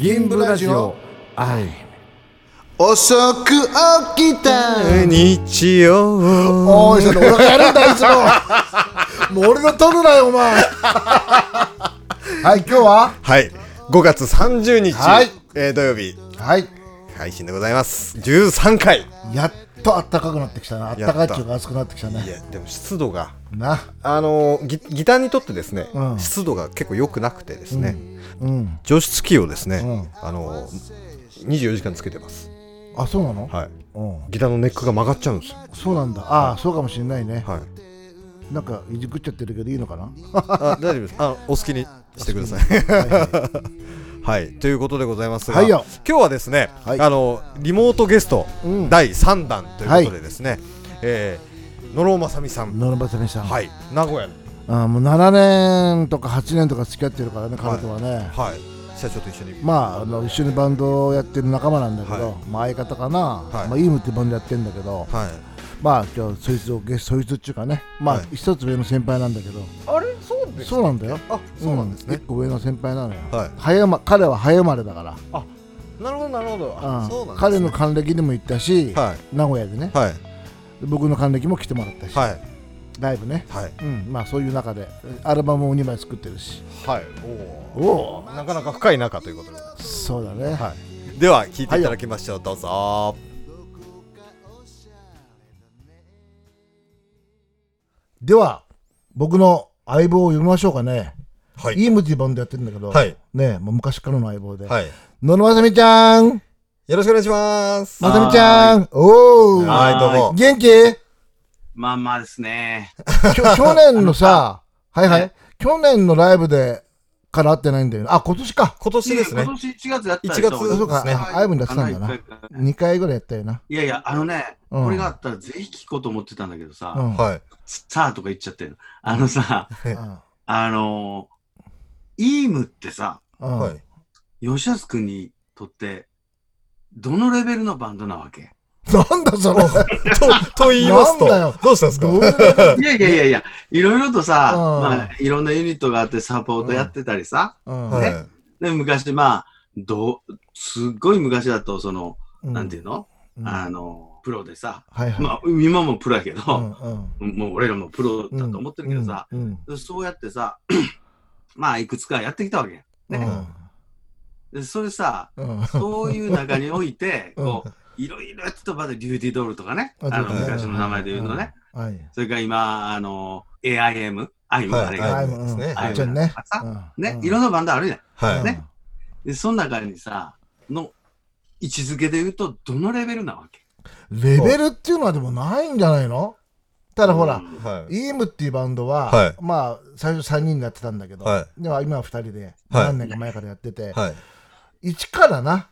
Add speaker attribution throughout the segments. Speaker 1: 銀ブラジオ
Speaker 2: はい
Speaker 1: 遅く起きた
Speaker 2: 日曜
Speaker 1: おいそれ俺がやるんだいつ ももう俺の取るなよお前はい今日は
Speaker 2: はい5月30日、
Speaker 1: はい
Speaker 2: えー土曜日
Speaker 1: はい
Speaker 2: 配信でございます13回
Speaker 1: やっと暖かくなってきたな
Speaker 2: やっ
Speaker 1: 暖
Speaker 2: た
Speaker 1: かいっていうか暑くなってきた
Speaker 2: い
Speaker 1: ね
Speaker 2: やでも湿度が
Speaker 1: な
Speaker 2: あのギギターにとってですね、
Speaker 1: うん
Speaker 2: 湿度が結構良くなくてですね、
Speaker 1: うん
Speaker 2: 除湿器をですね、
Speaker 1: う
Speaker 2: あの24時間つけてます
Speaker 1: あそうなの、
Speaker 2: はい
Speaker 1: うん
Speaker 2: ギターのネックが曲がっちゃうんですよ
Speaker 1: そうなんだああそうかもしれないね、
Speaker 2: はい
Speaker 1: なんかいじくっちゃってるけどいいのかな
Speaker 2: あ大丈夫ですあお好きにしてください
Speaker 1: はいは
Speaker 2: はいということでございますが、
Speaker 1: はい
Speaker 2: 今
Speaker 1: よ
Speaker 2: 日はですね、
Speaker 1: はい
Speaker 2: あのリモートゲスト
Speaker 1: いうん
Speaker 2: 第3弾ということでですね、えー野呂正美さん、
Speaker 1: 野呂正美さん、
Speaker 2: はい、名古屋の、
Speaker 1: あーもう7年とか8年とか付き合ってるからね彼とはね、
Speaker 2: はい、社長と一緒に、
Speaker 1: まああの一緒にバンドをやってる仲間なんだけど、
Speaker 2: はい
Speaker 1: まあ相方かな、
Speaker 2: い
Speaker 1: まあイームってバンドやってるんだけど、
Speaker 2: はい、
Speaker 1: まあ今日そいつをゲストそいつっていうかねまあ、
Speaker 2: はい
Speaker 1: 一つ上の先輩なんだけど
Speaker 2: あれそうです
Speaker 1: そうなんだよ
Speaker 2: あそうなんです
Speaker 1: う
Speaker 2: ね
Speaker 1: 一、個上の先輩なのよ、
Speaker 2: はい
Speaker 1: 早ま、彼は早生まれだから、
Speaker 2: なるほどなるほど
Speaker 1: うん
Speaker 2: あそうなんです
Speaker 1: 彼の還暦にも行ったし、
Speaker 2: は
Speaker 1: 名古屋でね
Speaker 2: いはい
Speaker 1: 僕の還暦も来てもらったし、
Speaker 2: はい
Speaker 1: ライブね
Speaker 2: はい
Speaker 1: うんまあそういう中でアルバムを2枚作ってるし
Speaker 2: はいお
Speaker 1: お
Speaker 2: おなかなか深い仲ということで、は
Speaker 1: そうだね、
Speaker 2: い、では聞いていただきましょう、どうぞ
Speaker 1: では僕の相棒を読みましょうかね
Speaker 2: はい
Speaker 1: イームティバンドやってるんだけど、
Speaker 2: はい
Speaker 1: ねもう昔からの相棒で、
Speaker 2: はい
Speaker 1: 野呂まさみちゃん
Speaker 2: よろしくお願いします
Speaker 1: まさみちゃんおー
Speaker 2: はいどうも
Speaker 1: 元気
Speaker 3: まあまあですね。
Speaker 1: きょ去年のさ、はいはい。去年のライブでから会ってないんだよね。あ、今年か。
Speaker 2: 今年ですね
Speaker 3: 今年1月やった
Speaker 2: 1月
Speaker 1: あそうか、
Speaker 2: そうですね
Speaker 1: あアイブンでやってたんだ
Speaker 3: あの
Speaker 1: な
Speaker 3: 一。回
Speaker 1: 2回ぐらいやったよな。
Speaker 3: いやいや、あのね、
Speaker 1: うん
Speaker 3: これがあったらぜひ聞こうと思ってたんだけどさ、
Speaker 1: うん。
Speaker 2: はい
Speaker 3: さあとか言っちゃってる。あのさ、
Speaker 1: うん
Speaker 3: あのー、イームってさ、
Speaker 1: うん
Speaker 2: はい
Speaker 3: 吉安君にとって、どのレベルのバンドなわけ
Speaker 1: なんだそれ。
Speaker 2: とと言いますと
Speaker 1: なんだよ
Speaker 2: どうしたんですか
Speaker 1: どういうこと
Speaker 3: いやいやいやいや、いろいろとさ、
Speaker 1: うん
Speaker 3: まあ、いろんなユニットがあってサポートやってたりさ、
Speaker 1: うん
Speaker 2: はい、
Speaker 3: で昔、まあ、どう、すっごい昔だと、その、
Speaker 1: うん
Speaker 3: なんていうの、
Speaker 1: うん
Speaker 3: あの、プロでさ、
Speaker 1: はいはい。
Speaker 3: まあ、今もプロやけど、
Speaker 1: うんうん
Speaker 3: もう俺らもプロだと思ってるけどさ、。
Speaker 1: うんうん
Speaker 3: そうやってさ、 まあいくつかやってきたわけや。ねでそれさ、
Speaker 1: うん
Speaker 3: そういう中において、
Speaker 1: うん
Speaker 3: こう、いろいろやってたまだデューティードールとかね、
Speaker 1: あ
Speaker 3: あの
Speaker 1: そうだね
Speaker 3: 昔の名前で言うのね、
Speaker 1: うんはい。
Speaker 3: それから今、あの、AIM、IM あれが、
Speaker 2: は
Speaker 1: はいい。うん
Speaker 2: ですね
Speaker 1: あっちゃんね
Speaker 3: あ。
Speaker 1: うん
Speaker 3: ね、いろんなバンドあるやん。
Speaker 2: はい、
Speaker 3: ね。で、その中にさ、の位置づけで言うと、どのレベルなわけ
Speaker 1: うんレベルっていうのはでもないんじゃないのただほら
Speaker 3: う、ん
Speaker 2: はい
Speaker 1: イームっていうバンドは、
Speaker 2: はい
Speaker 1: まあ最初3人でやってたんだけど、
Speaker 2: は
Speaker 1: では今は2人で
Speaker 2: はい
Speaker 1: 何年か前からやってて、
Speaker 2: はい
Speaker 1: 一からな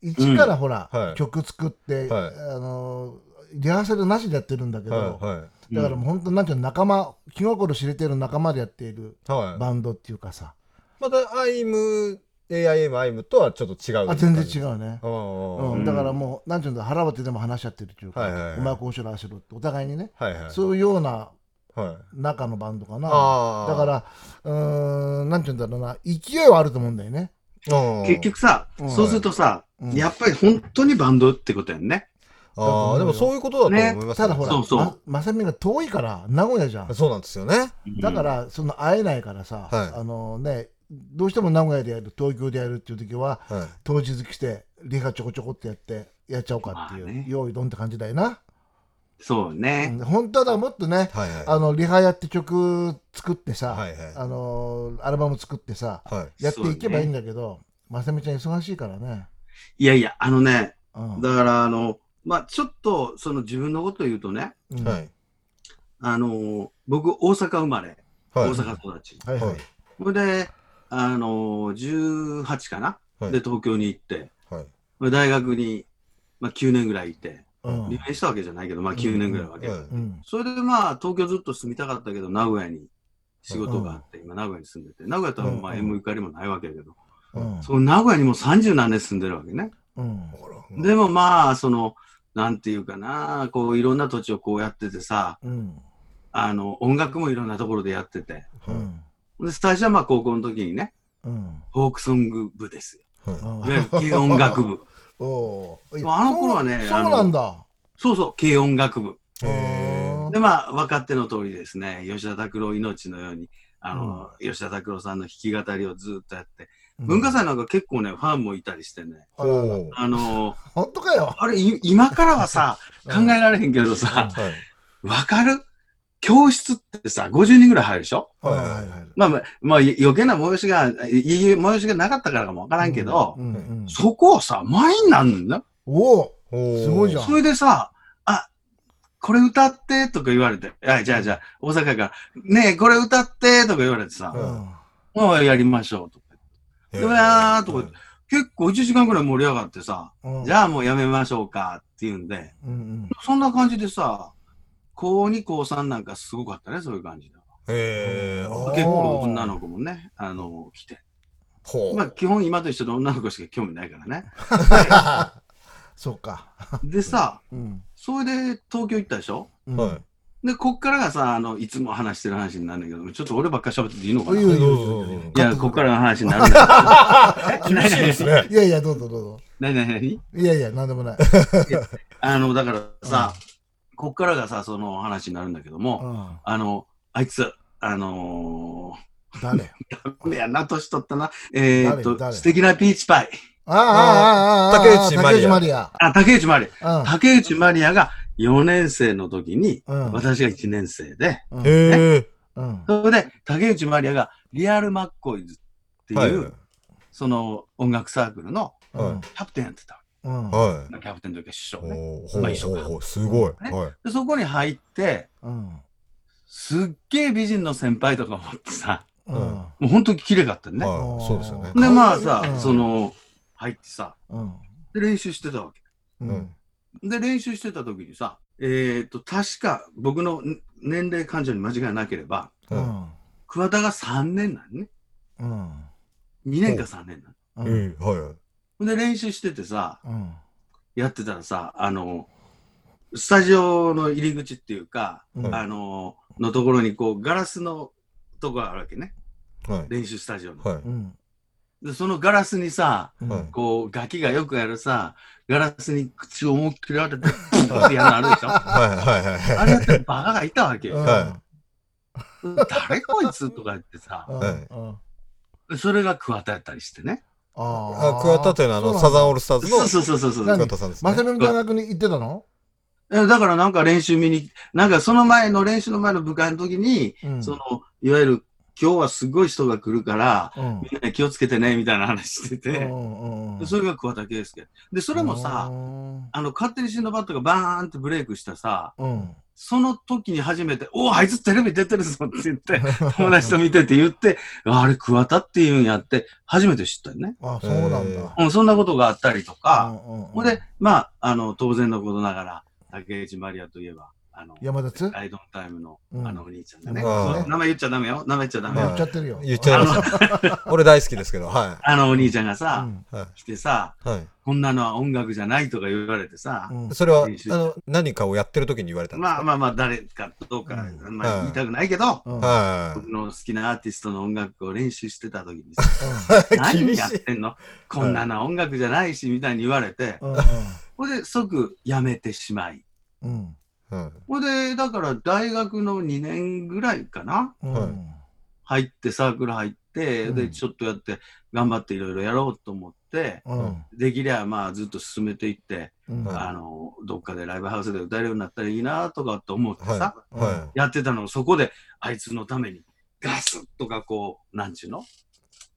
Speaker 1: 一からほら、
Speaker 2: はい
Speaker 1: 曲作って、
Speaker 2: はい
Speaker 1: あのーリハーサルなしでやってるんだけど、
Speaker 2: は
Speaker 1: だからもう本当なんていうの仲間気心知れてる仲間でやっている
Speaker 2: いはい
Speaker 1: バンドっていうかさ、
Speaker 2: また IM、AIM、IM とはちょっと違う。
Speaker 1: あ全然違うね、
Speaker 2: うん。
Speaker 1: う、
Speaker 2: うんん
Speaker 1: だからもうなんていうの腹割ってでも話し合ってるっていうか、
Speaker 2: はいはいはい
Speaker 1: お前こうしろああしろってお互いにね、
Speaker 2: はいはい。
Speaker 1: そういうような
Speaker 2: はい。
Speaker 1: 中のバンドかな
Speaker 2: あ
Speaker 1: だから、うーん、なんて言うんだろうな、勢いはあると思うんだよね。
Speaker 2: ら
Speaker 3: 結、局さ、
Speaker 1: うん
Speaker 3: そうするとさ、
Speaker 1: うん
Speaker 3: やっぱり本当にバンドってことやんね。
Speaker 2: ああ、でもそういうことだと思います。
Speaker 1: ただほ
Speaker 3: そ
Speaker 1: ら
Speaker 3: うそう、
Speaker 1: まさみが遠いから、名古屋じゃん。
Speaker 2: そうなんですよね。
Speaker 1: だから、その会えないからさ、
Speaker 2: はい
Speaker 1: あのね、どうしても名古屋でやる、東京でやるっていう時は、
Speaker 2: はい。
Speaker 1: 当日来て、リハちょこちょこってやって、やっちゃおうかっていう、
Speaker 3: まあね
Speaker 1: 用意どんって感じだよな。
Speaker 3: そうね。
Speaker 1: うん本当はだからもっとね、
Speaker 2: はいはい。
Speaker 1: あの、リハやって曲作ってさ、
Speaker 2: はいはい
Speaker 1: あの、アルバム作ってさ、
Speaker 2: はい。
Speaker 1: やっていけばいいんだけど、まさみちゃん忙しいからね。
Speaker 3: いやいや、あのね、
Speaker 1: うん。
Speaker 3: だからあの、まあ、ちょっとその自分のこと言うとね、
Speaker 1: うん
Speaker 2: はい。
Speaker 3: あの、僕、大阪生まれ、
Speaker 2: はい。
Speaker 3: 大阪育ち。
Speaker 1: はいはい。
Speaker 3: それで、あの、18かな、
Speaker 2: はい
Speaker 3: で、東京に行って、
Speaker 2: はい。
Speaker 3: これ大学に、まあ、9年ぐらいいて、
Speaker 1: うん
Speaker 3: 留年したわけじゃないけど、まあ、9年ぐらいわけ。
Speaker 1: うん。
Speaker 3: それでまあ、東京ずっと住みたかったけど、名古屋に仕事があって、今、名古屋に住んでて、名古屋とはま
Speaker 1: う
Speaker 3: あ、
Speaker 1: ん
Speaker 3: M ゆかりもないわけだけど、
Speaker 1: うん
Speaker 3: その名古屋にもう30何年住んでるわけね。
Speaker 1: うん。
Speaker 3: でもまあ、その、なんていうかな、こういろんな土地をこうやっててさ、
Speaker 1: うん。
Speaker 3: あの、音楽もいろんなところでやってて。
Speaker 1: うん。
Speaker 3: で、最初はまあ高校の時にね、
Speaker 1: うん。
Speaker 3: フォークソング部ですよ。いわゆる軽音楽 部。
Speaker 1: おーいや
Speaker 3: あの頃はね
Speaker 1: そうそうなんだ。
Speaker 3: そうそう、軽音楽部。
Speaker 2: へー
Speaker 1: うん
Speaker 3: で、まあ、分かっての通りですね、吉田拓郎命のように、あの、吉田拓郎さんの弾き語りをずっとやって、文化祭なんか結構ね、ファンもいたりしてね、
Speaker 1: あらあら
Speaker 2: ほう
Speaker 3: あの、
Speaker 1: 本当かよ。
Speaker 3: あれ、い今からはさ、考えられへんけどさ、
Speaker 2: はい
Speaker 3: わかる教室ってさ、50人ぐらい入るでしょ
Speaker 1: はいはいはい。
Speaker 3: まあまあ、まあ、余計な催しが、いいい催しがなかったからかもわからんけど、
Speaker 1: うんうん
Speaker 3: そこをさ、満員になんのよな。
Speaker 1: おお
Speaker 2: ほう
Speaker 1: すごいじゃん
Speaker 3: それでさ、あ、これ歌ってとか言われて、あ、じゃあじゃあ、大阪やから、ねえ、これ歌ってとか言われてさ、
Speaker 1: うん
Speaker 3: もうやりましょうとか。
Speaker 2: へ
Speaker 3: でもなーとか結構1時間ぐらい盛り上がってさ、
Speaker 1: うん
Speaker 3: じゃあもうやめましょうかっていうんで、
Speaker 1: うん
Speaker 3: そんな感じでさ、高2高3なんかすごかったね、そういう感じで。
Speaker 2: へえ
Speaker 1: うん
Speaker 3: 結構女の子もね、あの、来て。
Speaker 2: ほう
Speaker 3: まあ基本今と一緒の女の子しか興味ないか らね。
Speaker 1: うん。そうか。
Speaker 3: でさ、
Speaker 1: うん。
Speaker 3: それで東京行ったでしょ
Speaker 1: うん
Speaker 2: はい
Speaker 3: で、こっからがさ、あの、いつも話してる話になるんだけど、ちょっと俺ばっかり喋ってていいのか
Speaker 1: お
Speaker 3: ないい
Speaker 1: よいいよ
Speaker 2: どうぞどうぞ
Speaker 3: や、こっからの話になるんだ けど。
Speaker 2: 厳しいですね
Speaker 1: いやいや、どうぞどうぞ。
Speaker 3: 何何何
Speaker 1: いやいや、なんでもない。
Speaker 3: あの、だからさ、こっからがさ、その話になるんだけども、
Speaker 1: うん
Speaker 3: あの、あいつ、あの
Speaker 1: 誰
Speaker 3: ー、ダメやな、年取ったな。えー、っ
Speaker 1: 誰誰
Speaker 3: と、素敵なピーチパイ。
Speaker 1: ああ、ああ、ああ、ああ
Speaker 2: 竹内まりや
Speaker 1: 竹内まりや。
Speaker 3: あ、竹内まり。
Speaker 1: うん
Speaker 3: 竹内まりやが4年生の時に、
Speaker 1: うん
Speaker 3: 私が1年生で、
Speaker 1: うん
Speaker 2: へえ
Speaker 1: うん
Speaker 3: それで、竹内まりやがリアルマッコイズっていう、
Speaker 2: はい
Speaker 3: その音楽サークルの
Speaker 1: うん
Speaker 3: キャプテンやってたわ
Speaker 1: うん
Speaker 2: は
Speaker 3: け。キャプテンの時は師匠
Speaker 2: い
Speaker 3: ね。
Speaker 2: ほうほう
Speaker 3: まあ一緒
Speaker 2: ほう
Speaker 3: か
Speaker 2: ほうすごいは
Speaker 3: で、そこに入って、
Speaker 1: うん
Speaker 3: すっげえ美人の先輩とか思ってさ、
Speaker 1: う
Speaker 2: うん
Speaker 1: ん
Speaker 3: もうほんと綺麗かった
Speaker 2: い
Speaker 3: ね。
Speaker 2: はいそうですよね
Speaker 1: うん
Speaker 3: で、まあさ、
Speaker 1: うん
Speaker 3: その、入ってさ、
Speaker 1: うん
Speaker 3: で、練習してたわけ。
Speaker 1: うん
Speaker 3: で、練習してた時にさ、えー、っと、確か僕のん年齢感情に間違いなければ、
Speaker 1: う
Speaker 2: うん
Speaker 1: ん
Speaker 3: 桑田が3年なんね。
Speaker 1: うん
Speaker 3: 2年か3年な
Speaker 1: う
Speaker 2: うんんは
Speaker 3: の。で、練習しててさ、
Speaker 1: うん
Speaker 3: やってたらさ、あの、スタジオの入り口っていうか、
Speaker 1: うん
Speaker 3: あの、のところにこう、ガラスのとこがあるわけね。
Speaker 2: いはい
Speaker 3: 練習スタジオの。
Speaker 2: は
Speaker 1: う
Speaker 2: い
Speaker 1: ん
Speaker 3: で、そのガラスにさ、
Speaker 1: うん
Speaker 2: はい
Speaker 3: こう、ガキがよくやるさ、ガラスに口を思いっきり当てて、ブンってやるのあるでしょ
Speaker 2: はいはいはい
Speaker 3: あれやってるバカがいたわけ
Speaker 1: うん
Speaker 3: よ。
Speaker 2: は
Speaker 3: 誰こいつとか言ってさ
Speaker 1: う、ん
Speaker 2: はい
Speaker 1: うん
Speaker 3: それが桑田やったりしてね。
Speaker 1: あ
Speaker 2: あ桑田というのはあのサザンオールスターズの
Speaker 3: そうそうそうそうそう。
Speaker 2: 桑田さんですね
Speaker 1: マセミ大学に行ってたの
Speaker 3: えだからなんか練習見に、なんかその前の練習の前の部会の時に、
Speaker 1: うん
Speaker 3: その、いわゆる、今日はすごい人が来るから、
Speaker 1: うん
Speaker 3: みんな気をつけてね、みたいな話して
Speaker 1: う
Speaker 3: て、
Speaker 1: んうんうん
Speaker 3: でそれが桑田佳祐。で、それもさ、
Speaker 1: うん
Speaker 3: あの、勝手にシンドバッドがバーンってブレイクしたさ、
Speaker 1: うん
Speaker 3: その時に初めて、おお、あいつテレビ出てるぞって言 って、友達と見てて言って、あれ桑田って言うんやって、初めて知ったよね。
Speaker 1: あそうなんだ
Speaker 3: うん、そんなことがあったりとか、
Speaker 1: うんうん
Speaker 3: ほんで、まあ、あの、当然のことながら、竹内まりやといえば、あの、
Speaker 1: 山田つ
Speaker 3: アイドンタイムの、
Speaker 1: うん
Speaker 3: あの、お兄ちゃんがね、
Speaker 2: うん
Speaker 3: そう名前言っちゃダメよ。名前言っちゃダメ
Speaker 1: 言
Speaker 3: よ
Speaker 1: っ。ちゃってるよ
Speaker 2: 言っちゃいました俺大好きですけどは
Speaker 3: あのお兄ちゃんが
Speaker 1: う
Speaker 3: さ、
Speaker 1: ん
Speaker 2: いは
Speaker 3: 来てさ、
Speaker 2: いはい
Speaker 3: こんなのは音楽じゃないとか言われてさ、
Speaker 1: うん
Speaker 2: それはあの何かをやってる時に言われたんです
Speaker 3: まあ
Speaker 2: か
Speaker 3: まあまあ、誰かどうか、
Speaker 1: う
Speaker 3: まあ言いたくないけど、
Speaker 1: うん
Speaker 2: はい
Speaker 3: 僕の好きなアーティストの音楽を練習してた時にさ、 何やってんのこんなの音楽じゃないし、みたいに言われて、
Speaker 1: うん
Speaker 3: ほいで即やめてしまい。
Speaker 1: うん
Speaker 2: はい
Speaker 3: ほいで、だから大学の2年ぐらいかな
Speaker 1: うん
Speaker 2: はい
Speaker 3: 入って、サークル入って、
Speaker 1: う
Speaker 3: で、
Speaker 1: ん
Speaker 3: ちょっとやって、頑張っていろいろやろうと思って、
Speaker 1: うん
Speaker 3: できりゃまあずっと進めていって、
Speaker 1: うん
Speaker 2: はい
Speaker 3: あの、どっかでライブハウスで歌えるようになったらいいなとかって思ってさ、
Speaker 1: うん
Speaker 2: は
Speaker 3: やってたのをそこであいつのためにガスッとかこう、なんちゅうの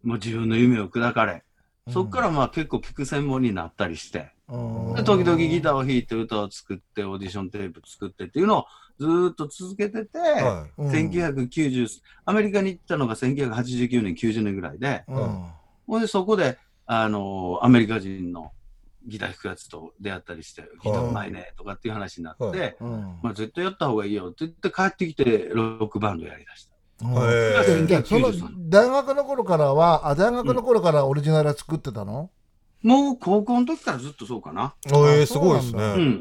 Speaker 3: もう自分の夢を砕かれ。そっからまあ結構聞く専門になったりして、
Speaker 1: うん
Speaker 3: で時々ギターを弾いて歌を作って、オーディションテープ作ってっていうのをずーっと続けてて、
Speaker 2: いは
Speaker 1: うん
Speaker 3: 1990、アメリカに行ったのが1989年、90年ぐらいで、
Speaker 1: うん
Speaker 3: ほんで、そこで、あのアメリカ人のギター弾くやつと出会ったりして、ギターうまいねとかっていう話になって、
Speaker 2: はい
Speaker 1: うん
Speaker 3: まあ、絶対やった方がいいよって言って帰ってきて、ロックバンドやりだした。
Speaker 2: へ
Speaker 1: で
Speaker 2: ー
Speaker 1: でその
Speaker 3: 1993
Speaker 1: 大学の頃からはあ大学の頃からオリジナルは作ってたの、
Speaker 3: もう高校の時からずっとそうかな。
Speaker 2: いえーすごいです
Speaker 1: う
Speaker 3: う
Speaker 2: ね
Speaker 3: ん。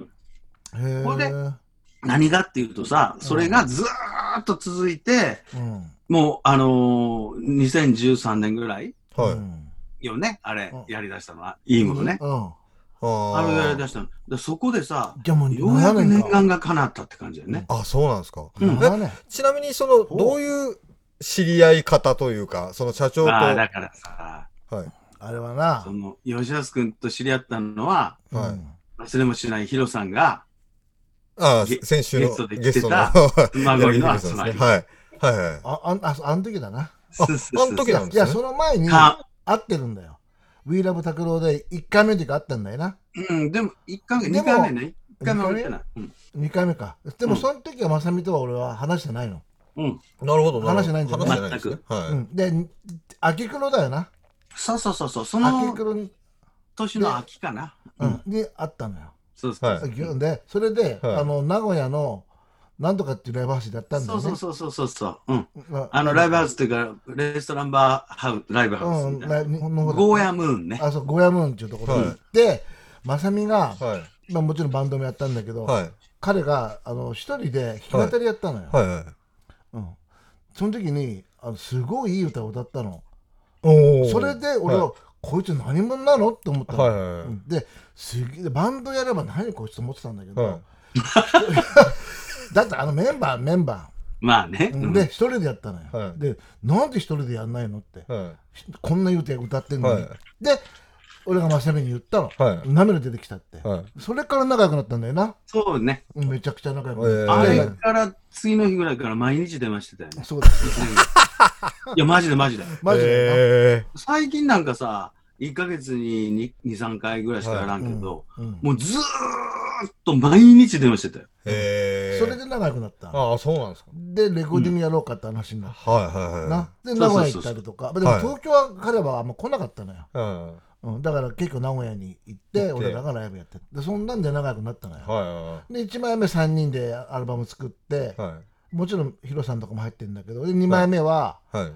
Speaker 1: へえ
Speaker 3: これで何がっていうとさ、それがずーっと続いて、
Speaker 1: うん
Speaker 3: もう、あのー2013年ぐらい
Speaker 2: はい
Speaker 1: うん
Speaker 3: よね、あれ
Speaker 1: うん、
Speaker 3: やりだしたのは。イーグルね。
Speaker 1: うん。
Speaker 2: あ
Speaker 3: あれをやり
Speaker 2: ー
Speaker 3: だしたの。でそこでさ、
Speaker 1: じゃあもう、
Speaker 3: ようやく
Speaker 1: 悩めん
Speaker 3: 念
Speaker 1: か。
Speaker 3: 願が叶ったって感じだよね。
Speaker 2: あ、そうなんですか。
Speaker 3: うん
Speaker 1: 悩めん
Speaker 2: ちなみに、その、
Speaker 1: ほう
Speaker 2: どういう知り合い方というか、その社長と、
Speaker 3: ああ、
Speaker 2: は
Speaker 3: だからさ、
Speaker 1: あれはな
Speaker 3: そ。の、吉安くんと知り合ったのは、
Speaker 2: い。はい。
Speaker 3: 忘れもしないヒロさんが、
Speaker 2: ああ、
Speaker 3: ゲ
Speaker 2: 先週の
Speaker 3: ゲストで
Speaker 2: ゲ
Speaker 3: 来
Speaker 2: ス
Speaker 3: て
Speaker 2: トの、
Speaker 3: た馬
Speaker 2: や
Speaker 3: 越
Speaker 2: り
Speaker 3: の
Speaker 2: ま
Speaker 3: 集
Speaker 2: すね
Speaker 3: ま
Speaker 2: はい。
Speaker 3: り。
Speaker 2: はいはい。
Speaker 1: あ、あん、あ、あの時だな。
Speaker 3: そうそうそう
Speaker 2: あの時なの
Speaker 1: いや、その前に、会
Speaker 3: か、
Speaker 1: ってるんだよ。We Love 拓郎で1回目の時会ったんだよな。
Speaker 3: うん、でも、一回目、
Speaker 1: で
Speaker 3: 二
Speaker 1: も
Speaker 3: 回目ね。一回目俺じゃない。うん
Speaker 1: 2回目か。でも、
Speaker 3: うん
Speaker 1: その時はまさみとは俺は話してないの。
Speaker 3: うん。
Speaker 2: なるほど、るほど
Speaker 1: 話してないんじゃない
Speaker 2: 話してないですね。はい。
Speaker 1: うん。で、秋黒だよな。
Speaker 3: そうそうそうそう、そ
Speaker 1: 秋
Speaker 3: の
Speaker 1: 黒に、
Speaker 3: 年の秋かな。
Speaker 1: う
Speaker 3: うんん。、
Speaker 1: に会ったのよ。
Speaker 3: そうそう
Speaker 2: は
Speaker 3: そ
Speaker 2: い
Speaker 3: うん。
Speaker 1: で、それで、
Speaker 2: はい
Speaker 1: あの、名古屋の、なんとかっていうライブハウスでやったんだよ
Speaker 3: そう
Speaker 1: ね。
Speaker 3: そうそうそうそうそう。うん。
Speaker 1: ま
Speaker 3: あの、ライブハウスっていうか、レストランバーハウス、ライブハウス
Speaker 1: うん、
Speaker 3: みたいな。
Speaker 1: ライブの方
Speaker 3: ゴー
Speaker 1: だ
Speaker 3: ヤムーンね。
Speaker 1: あ、そう、ゴーヤムーンっていうところに行って、まさみが、
Speaker 2: はい。
Speaker 1: まあもちろんバンドもやったんだけど、
Speaker 2: はい。
Speaker 1: 彼が、あの、一人で弾き語りやったのよ。
Speaker 2: はいはい。
Speaker 1: うん。その時に、あのすごいいい歌を歌ったの。
Speaker 2: おー
Speaker 1: それで、俺は、
Speaker 2: は
Speaker 1: こいつ何者なのって思ったの。
Speaker 2: はいはいはい
Speaker 1: うんで、すげえバンドやれば何こいつと思ってたんだけど、
Speaker 2: は
Speaker 1: だってあのメンバー、メンバ
Speaker 3: まあね。
Speaker 1: ー。で、一人でやったのよ。
Speaker 2: はい
Speaker 1: で、なんで一人でやんないのって
Speaker 2: い。。は
Speaker 1: こんな言うて歌ってん
Speaker 2: い。
Speaker 1: の
Speaker 2: は
Speaker 1: に。
Speaker 2: い。
Speaker 1: で、俺がマサミに言ったの。
Speaker 2: はい
Speaker 1: 涙出てきたって。
Speaker 2: はい。
Speaker 1: それから仲良くなったんだよな。
Speaker 3: そうね。
Speaker 1: うんめちゃくちゃ仲良く
Speaker 2: え
Speaker 1: な
Speaker 2: ー
Speaker 3: あ
Speaker 1: っ
Speaker 3: れ
Speaker 1: て
Speaker 3: から次の日ぐらいから毎日電話して たよね。
Speaker 1: そうです。
Speaker 3: いや、マジでマジで。
Speaker 1: マジで
Speaker 2: え
Speaker 3: 最近なんかさ、1ヶ月に2、3回ぐらいしかやらんけど、
Speaker 1: な。うん
Speaker 3: もうずーっと毎日電話してたよ。
Speaker 2: ーえー。
Speaker 1: それで仲良くなった。
Speaker 2: ああ、そうなんですか。
Speaker 1: で、レコーディングやろうかって話になっ
Speaker 2: はいはいは
Speaker 1: た。
Speaker 2: い。
Speaker 1: な。で、
Speaker 3: そう
Speaker 1: 名
Speaker 3: そうそうそう
Speaker 1: 古屋行ったりとか。でも
Speaker 2: はい
Speaker 1: 東京は彼はあんま来なかったのよ。
Speaker 2: うん。はい
Speaker 1: うんだから結構名古屋に行って、
Speaker 2: 行って
Speaker 1: 俺らがライブやって。で、そんなんで仲良くなったのよ。
Speaker 2: は
Speaker 1: で、1枚目3人でアルバム作って
Speaker 2: い、は。
Speaker 1: もちろんヒロさんとかも入ってるんだけど、で、2枚目はい
Speaker 2: はい。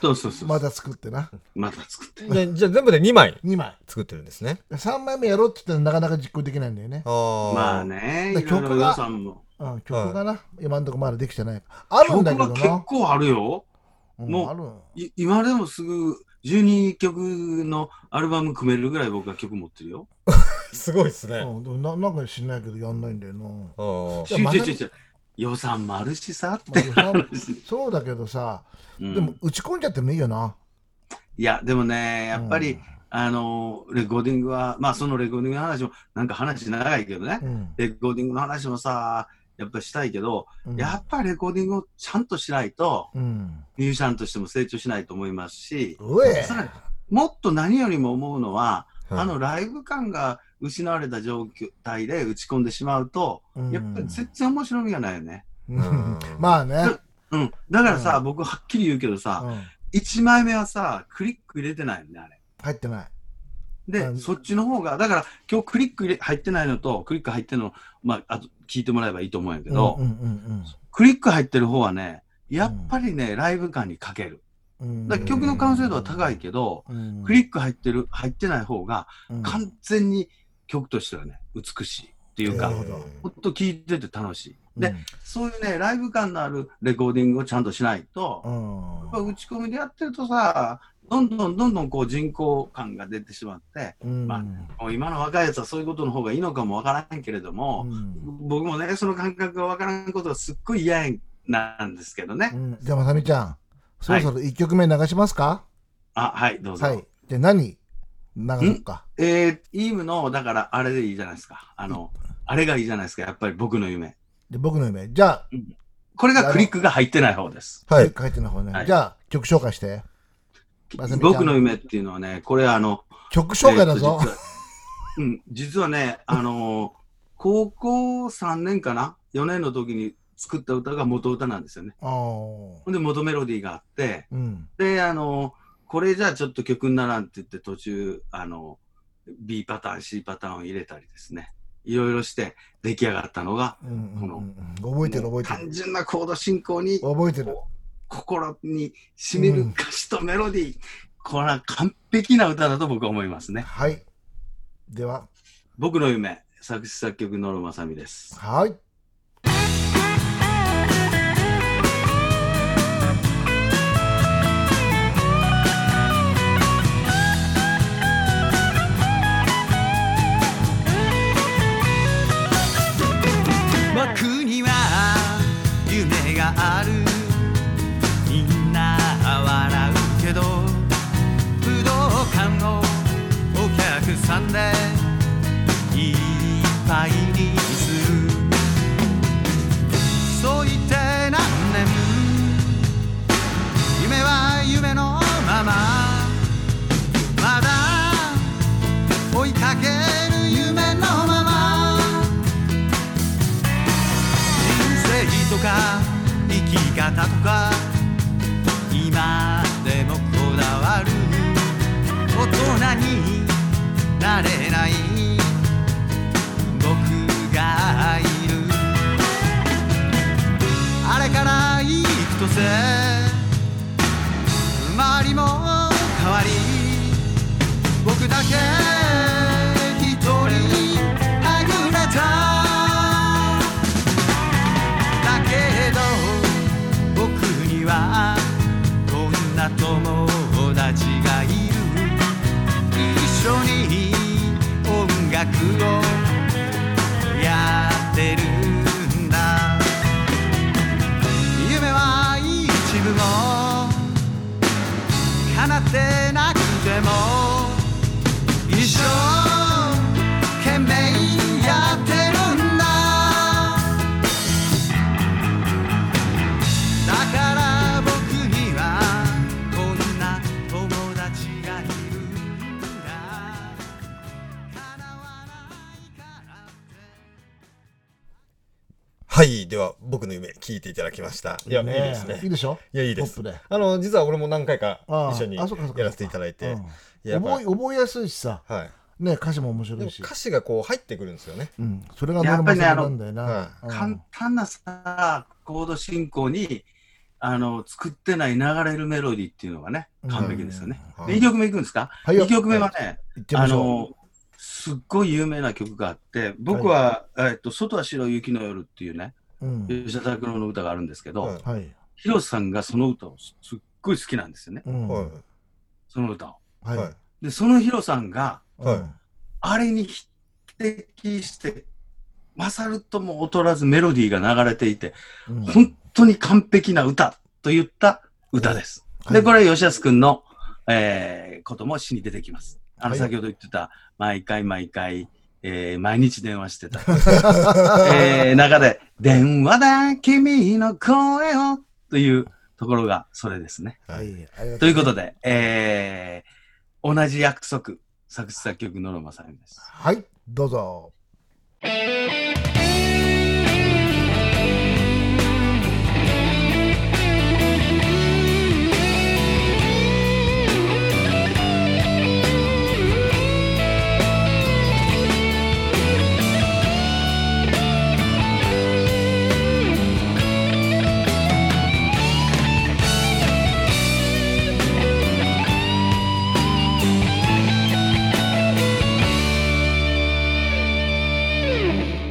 Speaker 3: そうそうそう。
Speaker 1: また作ってな。
Speaker 3: また作って。
Speaker 2: でじゃあ全部で2枚
Speaker 1: 2枚。
Speaker 2: 作ってるんですね。
Speaker 1: 3枚目やろうって言ってもなかなか実行できないんだよね。
Speaker 2: ああ。
Speaker 3: まあ。ね、
Speaker 1: で
Speaker 3: いろ
Speaker 1: 曲
Speaker 3: いろ
Speaker 1: が
Speaker 3: 予算も。
Speaker 1: うん、曲がな、今んとこまだできてない。あるん
Speaker 3: 曲
Speaker 1: だけ
Speaker 3: が
Speaker 1: ど
Speaker 3: 結
Speaker 1: な。
Speaker 3: 構あるよ。
Speaker 1: うん
Speaker 3: もう
Speaker 1: ある
Speaker 3: い今でもすぐ12曲のアルバム組めるぐらい僕は曲持ってるよ。
Speaker 2: すごいですね。あ
Speaker 1: うん、でもななんか知んないけどやんないんだよな。
Speaker 2: あー。
Speaker 1: いや
Speaker 3: 集
Speaker 1: まさ
Speaker 3: 中
Speaker 1: に
Speaker 3: 集中。予算もあるしさっ
Speaker 1: まあ
Speaker 3: て
Speaker 1: 予 算
Speaker 3: 話。
Speaker 1: そうだけどさ、
Speaker 3: うん
Speaker 1: でも打ち込んじゃってもいいよな。
Speaker 3: いや、でもね、やっぱり、あの、レコーディングは、まあそのレコーディングの話も、なんか話長いけどね
Speaker 1: う、ん、
Speaker 3: レコーディングの話もさ、やっぱしたいけど、
Speaker 1: うん、
Speaker 3: やっぱりレコーディングをちゃんとしないと、
Speaker 1: うん。
Speaker 3: ミュージシャンとしても成長しないと思いますし、
Speaker 1: うえ
Speaker 3: さらにもっと何よりも思うのは、
Speaker 2: はい
Speaker 3: あのライブ感が失われた状態で打ち込んでしまうと、
Speaker 1: うん
Speaker 3: やっぱり全然面白みがないよね。
Speaker 1: う
Speaker 2: うん
Speaker 1: ん まあね。
Speaker 3: うん。だからさ、
Speaker 1: うん
Speaker 3: 僕はっきり言うけど
Speaker 1: う
Speaker 3: さ、
Speaker 1: ん、
Speaker 3: 1枚目はさ、クリック入れてないよね、あれ。
Speaker 1: 入ってない。
Speaker 3: で、
Speaker 1: うん
Speaker 3: そっちの方が、だから今日クリック入れ入ってないのと、クリック入ってるの、まあ、あと聞いてもらえばいいと思うんやけど、
Speaker 1: うんうん
Speaker 3: クリック入ってる方はね、やっぱりね、ライブ感に欠ける。
Speaker 1: うんうん、
Speaker 3: だから曲の完成度は高いけど、
Speaker 1: うん、
Speaker 3: クリック入ってる、入ってない方が、
Speaker 1: うん
Speaker 3: 完全に曲としてはね、美しいっていうか、
Speaker 1: なる
Speaker 2: え
Speaker 1: ほ
Speaker 2: ー
Speaker 1: ど
Speaker 3: ほんと聞いてて楽しい。
Speaker 1: う
Speaker 3: で、
Speaker 1: ん
Speaker 3: そういうね、ライブ感のあるレコーディングをちゃんとしないと、やっぱ打ち込みでやってるとさ、どんどんどんどんこう人工感が出てしまって、
Speaker 1: うん、
Speaker 3: まもう今の若いやつはそういうことの方がいいのかもわからんけれど
Speaker 1: あう
Speaker 3: も、
Speaker 1: ん
Speaker 3: 僕もね、その感覚がわからんことはすっごい嫌なんですけどね。
Speaker 1: うん、じゃあ、まさみちゃん、そろそろ1曲目流しますか
Speaker 3: あ、はい、どうぞ。
Speaker 1: はい。じゃあ何流そうか。
Speaker 3: えー、イームの、だからあれでいいじゃないですか。あの、あれがいいじゃないですか、やっぱり僕の夢。
Speaker 1: で僕の夢。じゃあ、
Speaker 3: これがクリックが入ってない方です。
Speaker 2: はい。
Speaker 1: 書いての方ね、
Speaker 3: はい
Speaker 1: じゃあ、曲紹介して。まさみちゃん
Speaker 3: 僕の夢っていうのはね、これあの、
Speaker 1: 曲紹介だぞ
Speaker 3: えー。と実はうん、実はね、あのー高校3年かな ?4 年の時に作った歌が元歌なんですよね。
Speaker 1: あー
Speaker 3: ほんで元メロディーがあって、
Speaker 1: うん。
Speaker 3: で、あのーこれじゃあちょっと曲にならんって言って途中、あのー B パターン、C パターンを入れたりですね。いろいろして出来上がったのが、
Speaker 1: うんうんうん、覚えてる覚えて
Speaker 3: 単
Speaker 1: る。
Speaker 3: 純なコード進行に
Speaker 1: 覚えてる。
Speaker 3: 心に染みる歌詞とメロディー。これは完璧な歌だと僕は思いますね。
Speaker 1: はい。では、
Speaker 3: 僕の夢、作詞作曲、野呂正美です。
Speaker 1: はい。
Speaker 4: 「
Speaker 3: いっぱいにするそう言って何年夢は夢のまままだ追いかける夢のまま人生とか生き方とか今でもこだわる大人になれない僕がいるあれから幾年周りも変わり僕だけ一人はぐれただけど僕にはこんな友達がいる一緒に音楽をやってるんだ夢は一部も叶ってなくても一生懸命やってるんだだから僕にはこんな友達がいるんだ叶わないからって
Speaker 2: はい。では、僕の夢、聞いていただきました。いや、
Speaker 1: ね
Speaker 2: いいですね
Speaker 1: いい。でしょ
Speaker 2: いや、いいです
Speaker 1: ポップで。
Speaker 2: あの、実は俺も何回か
Speaker 1: ああ
Speaker 2: 一緒に
Speaker 1: あ
Speaker 2: や
Speaker 1: そうかそうか
Speaker 2: らせていただいて、
Speaker 1: うん
Speaker 2: いややっぱ
Speaker 1: 覚え覚えやすいしさ、
Speaker 2: はい。
Speaker 1: ね、歌詞も面白
Speaker 2: でも
Speaker 1: いし、
Speaker 2: 歌詞がこう入ってくるんですよね。
Speaker 1: うん、それがノルマさんなんだよ
Speaker 2: やっ
Speaker 1: な。うん
Speaker 5: 簡単なさ、コード進行に、あの、作ってない流れるメロディーっていうのがね、完璧ですよね。
Speaker 2: は
Speaker 5: で
Speaker 2: い
Speaker 5: 2曲目いくんですか
Speaker 1: はいよ
Speaker 5: ?2 曲目はね、
Speaker 1: 行ってみ
Speaker 5: あ
Speaker 1: ましょ
Speaker 5: の、すっごい有名な曲があって、僕は、えっと、外は白い雪の夜っていうね、
Speaker 1: う。うん。
Speaker 5: 吉田拓郎の歌があるんですけど、
Speaker 2: はい
Speaker 1: はい。
Speaker 5: 広瀬さんがその歌をすすっごい好きなんですよね。
Speaker 1: うん
Speaker 2: はい。
Speaker 5: その歌を。
Speaker 1: はい。
Speaker 2: はい
Speaker 5: で、その広瀬さんが、
Speaker 2: はい
Speaker 5: あれに匹敵して、勝るとも劣らずメロディーが流れていて、
Speaker 1: うん
Speaker 5: 本当に完璧な歌と言った歌です。で、これは吉安くんの、えーことも詩に出てきます。あの、
Speaker 1: はい
Speaker 5: 先ほど言ってた、毎回毎回、えー毎日電話してた。えー中で、電話だ、君の声を、というところがそれですね。
Speaker 1: はい。ありが
Speaker 5: と
Speaker 1: う
Speaker 5: いうことで、えー同じ約束、作詞作曲、野呂正美です。
Speaker 1: はい。どうぞ。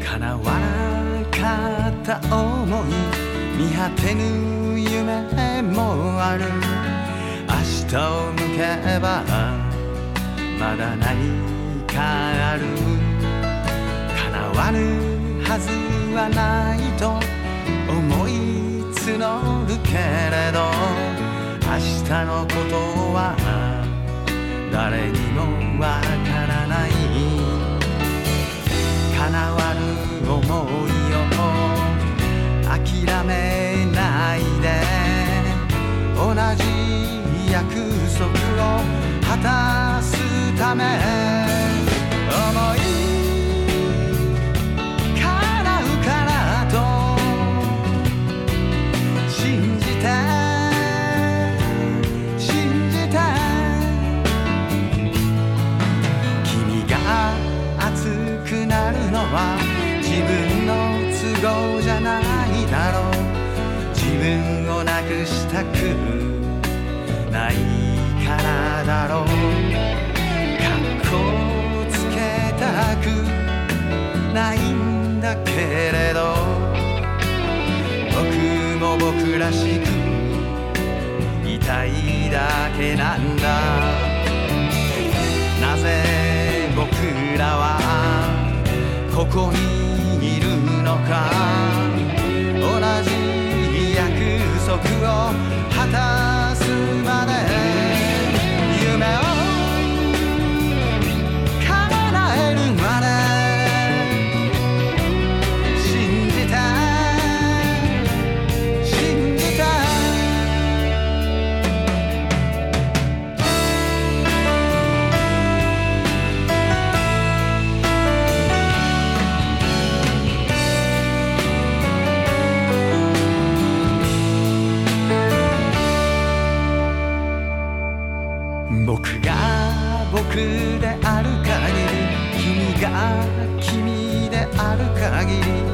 Speaker 3: 叶わなかった思い見果てぬ夢もある明日を向けばまだ何かある叶わぬはずはないと思い募るけれど明日のことは誰にもわからない叶わぬ想いを諦めないで同じ約束を果たすため思い叶うからと信じて信じて君が熱くなるのは自分の都合じゃないだろう自分をなくしたくないからだろう格好つけたくないんだけれど僕も僕らしくいたいだけなんだなぜ僕らはここにいるのか同じ約束を果たすまで夢を叶えるまで
Speaker 4: は君である限り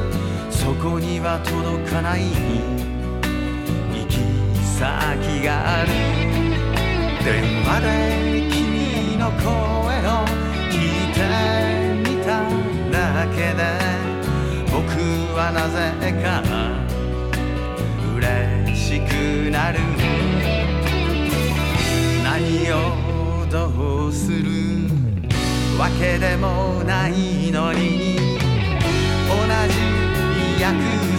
Speaker 4: そこには届かない行き先がある電話で君の声を聞いてみただけで僕はなぜか嬉しくなる何をどうするわけでもないのに同じ約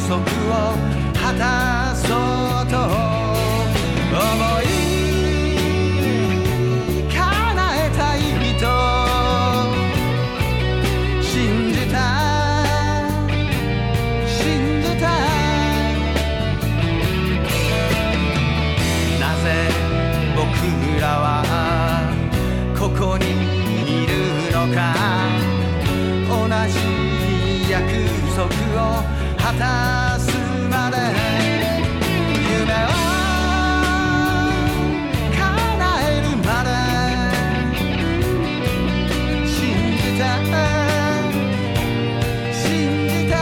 Speaker 4: 束を果たそうと思い叶えたいと信じた信じたなぜ僕らはここにいるのか同じ約束を果たすまで夢を叶えるまで信じた信じた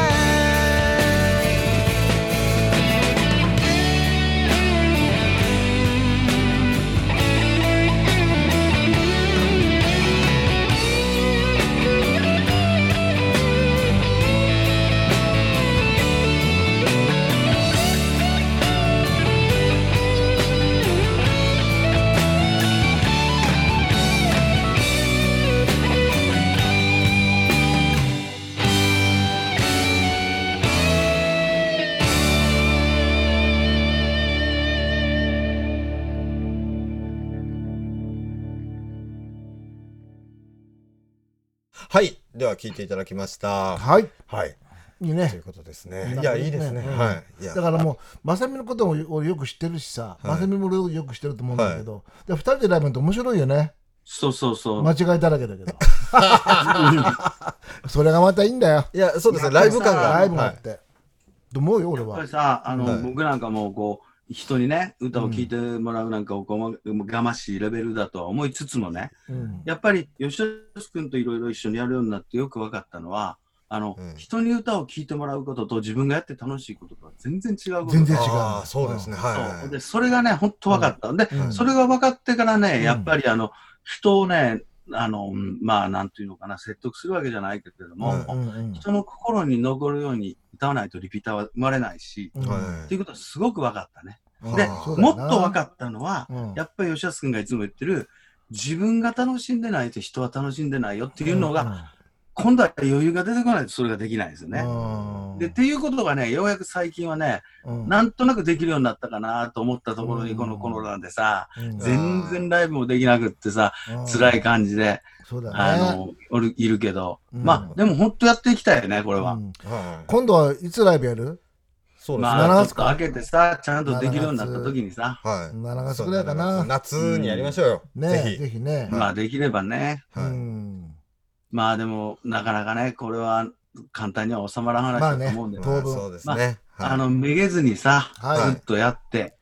Speaker 2: はい。では聞いていただきました。
Speaker 1: はい。
Speaker 2: はい。
Speaker 1: いい
Speaker 2: とい
Speaker 1: ね
Speaker 2: う。ことですね。
Speaker 1: なん
Speaker 2: い
Speaker 1: か
Speaker 2: や、いいですね。
Speaker 1: うん
Speaker 2: はい。いや
Speaker 1: だからもう、まさみのことも俺よく知ってるしさ、
Speaker 2: い
Speaker 1: まさみも俺よく知ってると思うんだけど、で二人でライブやると面白いよね。
Speaker 3: そうそうそう。
Speaker 1: 間違いだらけだけど。それがまたいいんだよ。
Speaker 2: いや、そうですね。ライブ感が。
Speaker 1: ライブがあ
Speaker 2: は
Speaker 1: っ
Speaker 2: い
Speaker 1: て。と思うよ、俺
Speaker 3: やっぱ
Speaker 1: は
Speaker 3: り。さ、あの、
Speaker 2: はい
Speaker 3: 僕なんかもこう、人にね、歌を聴いてもらうなんかをこう、まがましいレベルだとは思いつつもね、
Speaker 1: うん
Speaker 3: やっぱり吉田君といろいろ一緒にやるようになってよく分かったのは、あの、
Speaker 2: うん
Speaker 3: 人に歌を聴いてもらうことと自分がやって楽しいこととは全然違うこと
Speaker 1: 全然違う
Speaker 2: あーそうですね。
Speaker 3: そう
Speaker 2: は
Speaker 3: でそれがね、本当分かった。で、
Speaker 1: うん
Speaker 3: それが分かってからね、
Speaker 1: ん
Speaker 3: やっぱりあの、人をね、あの、うんまあ、なんていうのかな、説得するわけじゃないけれども、
Speaker 2: はい
Speaker 1: うんうん
Speaker 3: 人の心に残るように歌わないとリピーターは生まれないし、
Speaker 1: うん
Speaker 2: い。
Speaker 3: っ
Speaker 2: は
Speaker 3: ていうことはすごく分かったね。
Speaker 2: い。
Speaker 3: で
Speaker 2: あー
Speaker 1: そうだ
Speaker 3: も
Speaker 1: よ
Speaker 3: っ
Speaker 1: な
Speaker 3: と分かったのは、
Speaker 1: うん
Speaker 3: やっぱり吉安君がいつも言ってる、自分が楽しんでないと人は楽しんでないよっていうのが、今度は余裕が出てこないとそれができないですよね。
Speaker 1: うん
Speaker 3: でっていうことがね、ようやく最近はね、
Speaker 1: うん
Speaker 3: なんとなくできるようになったかなと思ったところ
Speaker 1: う
Speaker 3: に、
Speaker 1: ん
Speaker 3: このコロナでさ、
Speaker 1: うん
Speaker 3: 全然ライブもできなくってさ、
Speaker 1: うん
Speaker 3: 辛い感じで、
Speaker 1: そうだね
Speaker 3: あの、おるいるけど、
Speaker 1: うん
Speaker 3: まあ、でも本当やっていきたいよね、これは
Speaker 1: う。ん
Speaker 2: はい。
Speaker 1: 今度はいつライブやる
Speaker 2: そうですね。
Speaker 3: まあ、
Speaker 1: 7
Speaker 3: ちょっと開けてさ、ちゃんとできるようになった時にさ、
Speaker 2: はい。
Speaker 1: 7月ぐらいかな
Speaker 2: そうですね夏にやりましょうよ。
Speaker 1: ね
Speaker 2: ぜ
Speaker 1: ぜひね
Speaker 3: まあできればね、
Speaker 2: ひ。
Speaker 1: う
Speaker 2: はい。
Speaker 1: ん
Speaker 3: まあでも、なかなかね、これは簡単には収まらん話
Speaker 1: まあ
Speaker 3: だ
Speaker 1: ね
Speaker 3: と思うんで、
Speaker 1: 当
Speaker 2: まあ
Speaker 1: 分
Speaker 2: そうですね。
Speaker 3: あ
Speaker 2: はい、
Speaker 3: の、めげずにさ、
Speaker 1: はい
Speaker 3: ずっとやって、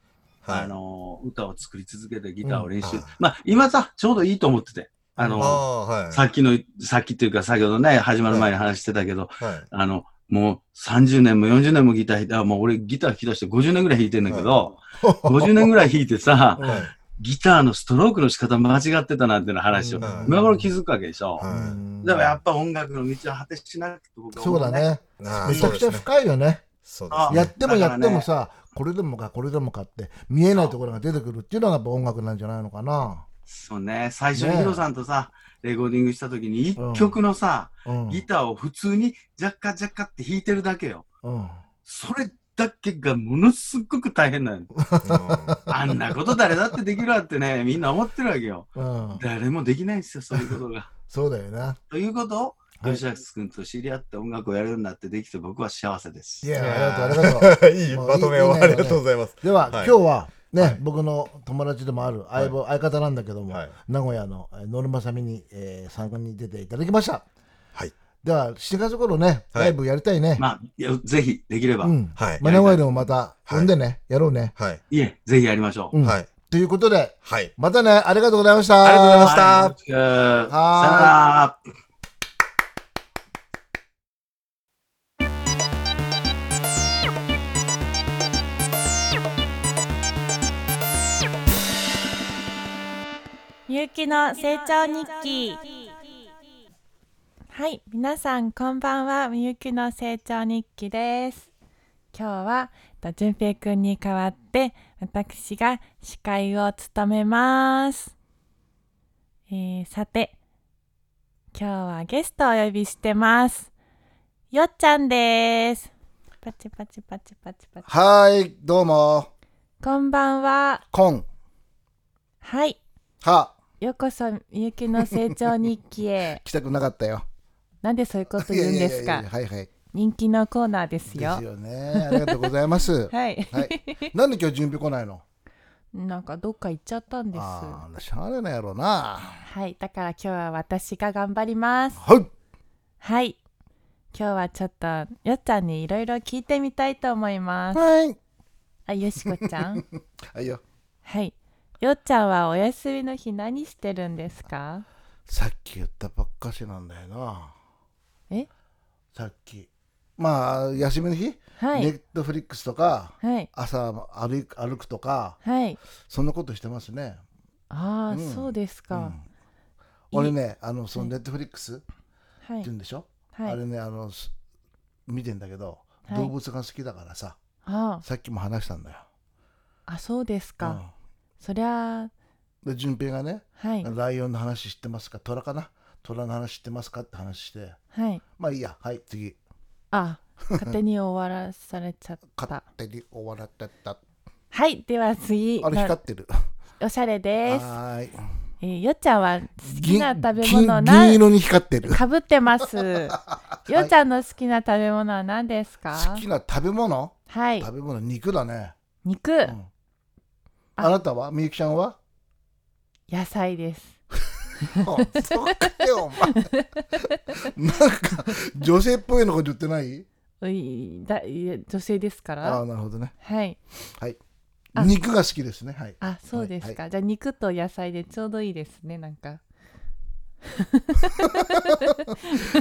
Speaker 2: はい
Speaker 3: あの、歌を作り続けてギターを練習。
Speaker 2: うん
Speaker 3: まあ、今さ、ちょうどいいと思ってて、あ
Speaker 2: あ
Speaker 3: の、
Speaker 2: あ、はい。
Speaker 3: さっきの、さっきっていうか、先ほどね、始まる前に話してたけど、
Speaker 2: はい。
Speaker 3: あの、もう30年も40年もギター弾いて、あ、もう俺ギター弾き出して50年ぐらい弾いてんだけど、50年ぐ らい弾いてさ、
Speaker 1: うん
Speaker 2: はい。
Speaker 3: ギターのストロークの仕方間違ってたなんての話を、
Speaker 2: うん
Speaker 3: 今頃気づくわけでしょ。
Speaker 2: はい
Speaker 1: うん
Speaker 3: だからやっぱ音楽の道は果てしなくて僕は思
Speaker 1: そうだ。ね
Speaker 2: なあ
Speaker 1: めちゃくちゃ
Speaker 2: そうですね
Speaker 1: 深いよね
Speaker 2: そう
Speaker 3: あ
Speaker 2: で
Speaker 1: や
Speaker 2: す
Speaker 1: っ
Speaker 2: ね。
Speaker 1: ても
Speaker 3: だか
Speaker 1: や
Speaker 3: ら
Speaker 1: っ
Speaker 3: ね
Speaker 1: てもさこれでもかこれでもかって見えないところが出てくるっていうのがやっぱ音楽なんじゃないのかな
Speaker 3: そうね。最初
Speaker 1: ね
Speaker 3: にヒロさんとさ、レコーディングした時に一曲のさ、
Speaker 1: うん
Speaker 3: ギターを普通にジャッカジャッカって弾いてるだけよ。
Speaker 1: うん
Speaker 3: それだけがものすっごく大変な の。あんなこと誰だってできるわってね、みんな思ってるわけよ。
Speaker 1: うん
Speaker 3: 誰もできないんですよ、そういうこ とが。
Speaker 1: そうだよな
Speaker 3: ということを、
Speaker 1: はい
Speaker 3: 吉崎君と知り合って音楽をやるようになってできて僕は幸せです。
Speaker 1: い
Speaker 2: うん
Speaker 1: やありがとうありがとう
Speaker 2: いいまとめを
Speaker 1: もういい
Speaker 2: ありがとうございます。
Speaker 1: では今
Speaker 2: はい
Speaker 1: 日は
Speaker 2: は
Speaker 1: ね
Speaker 2: い
Speaker 1: 僕の友達でもある相棒相方なんだけども
Speaker 2: はい
Speaker 1: 名古屋のえーノルマサミにえー参加に出ていただきました
Speaker 2: はい。
Speaker 1: では7月頃ね
Speaker 2: はい
Speaker 1: ライブやりたいね
Speaker 3: まあいや、ぜひできれば、
Speaker 1: うん
Speaker 2: はい。
Speaker 1: まあ名古屋でもまた呼んでねやろうね
Speaker 2: はい。
Speaker 3: いえ、ぜひやりましょう。
Speaker 1: うん
Speaker 2: はい。
Speaker 1: ということで
Speaker 2: はい。
Speaker 1: またねありがとうございました
Speaker 2: ありがとうございました
Speaker 3: はいよろしくさよなら。
Speaker 6: ゆきの成長日記はい皆さんこんばんはみゆきの成長日記です今日はえっと淳平くんに代わって私が司会を務めます、えー、さて今日はゲストをお呼びしてますよっちゃんですパチパチパチパチパチ
Speaker 1: はい、どうも。
Speaker 6: こんばんは
Speaker 1: こん、
Speaker 6: はい
Speaker 1: は、
Speaker 6: ようこそみゆきの成長日記へ
Speaker 1: 来たくなかったよ。
Speaker 6: なんでそういうこと言うんです
Speaker 1: いやいやいやいや
Speaker 6: か
Speaker 1: はいはい。
Speaker 6: 人気のコーナーです
Speaker 1: です
Speaker 6: よ
Speaker 1: よね。ありがとうござい ます。
Speaker 6: はい、
Speaker 1: はい。なんで今日準備来ないの
Speaker 6: なんかどっか行っちゃったんです
Speaker 1: ああ、しゃあれないやろうな。
Speaker 6: はいだから今日は私が頑張ります
Speaker 1: はい。
Speaker 6: はい今日はちょっとよっちゃんにいろいろ聞いてみたいと思 います
Speaker 1: はい。
Speaker 6: あよしこちゃん
Speaker 1: はいよ。
Speaker 6: はいよっちゃんはお休みの日何してるんですか
Speaker 1: さっき言ったばっかしなんだよな。
Speaker 6: え
Speaker 1: さっき。まあ、休みの日、
Speaker 6: はい、
Speaker 1: ネットフリックスとか、
Speaker 6: はい
Speaker 1: 朝歩く歩くとか、
Speaker 6: はい
Speaker 1: そんなことしてますね。
Speaker 6: ああ、
Speaker 1: うん
Speaker 6: そうです
Speaker 1: う
Speaker 6: か
Speaker 1: ん、俺ね、あの、そのネットフリックスって
Speaker 6: はい
Speaker 1: 言うんでしょ、
Speaker 6: は
Speaker 1: あ
Speaker 6: い
Speaker 1: れね、あの、す見てんだけど、
Speaker 6: はい
Speaker 1: 動物が好きだからさ、
Speaker 6: あ
Speaker 1: さっきも話したんだよ。
Speaker 6: ああそうですか、
Speaker 1: うん
Speaker 6: そりゃあ
Speaker 1: で順平がね、
Speaker 6: はい
Speaker 1: ライオンの話知ってますか虎かな虎の話知ってますかって話して
Speaker 6: はい
Speaker 1: まあいいやはい次
Speaker 6: あ勝手に終わらされちゃっ
Speaker 1: 勝
Speaker 6: た
Speaker 1: 手に終わらってった
Speaker 6: はいでは次
Speaker 1: あれ
Speaker 6: な
Speaker 1: 光ってる
Speaker 6: おしゃれです、
Speaker 1: はーい
Speaker 6: えー、よっちゃんは好きな食べ物
Speaker 1: 銀銀銀
Speaker 6: な
Speaker 1: 色に光ってる
Speaker 6: かぶってま すよっちゃんの好きな食べ物は何ですか
Speaker 1: 好きな食べ物
Speaker 6: はい
Speaker 1: 食べ物肉だね、
Speaker 6: 肉、
Speaker 1: うんあなたはみゆきちゃんは
Speaker 6: 野菜です
Speaker 1: あそうかよお前なんか女性っぽいのこと言ってないう
Speaker 6: いだいや女性ですか
Speaker 1: ああ
Speaker 6: ら
Speaker 1: なるほどね
Speaker 6: はいあ
Speaker 1: 肉が好きですねはい
Speaker 6: あそうですか、じゃあ肉と野菜でちょうどいいですねなんか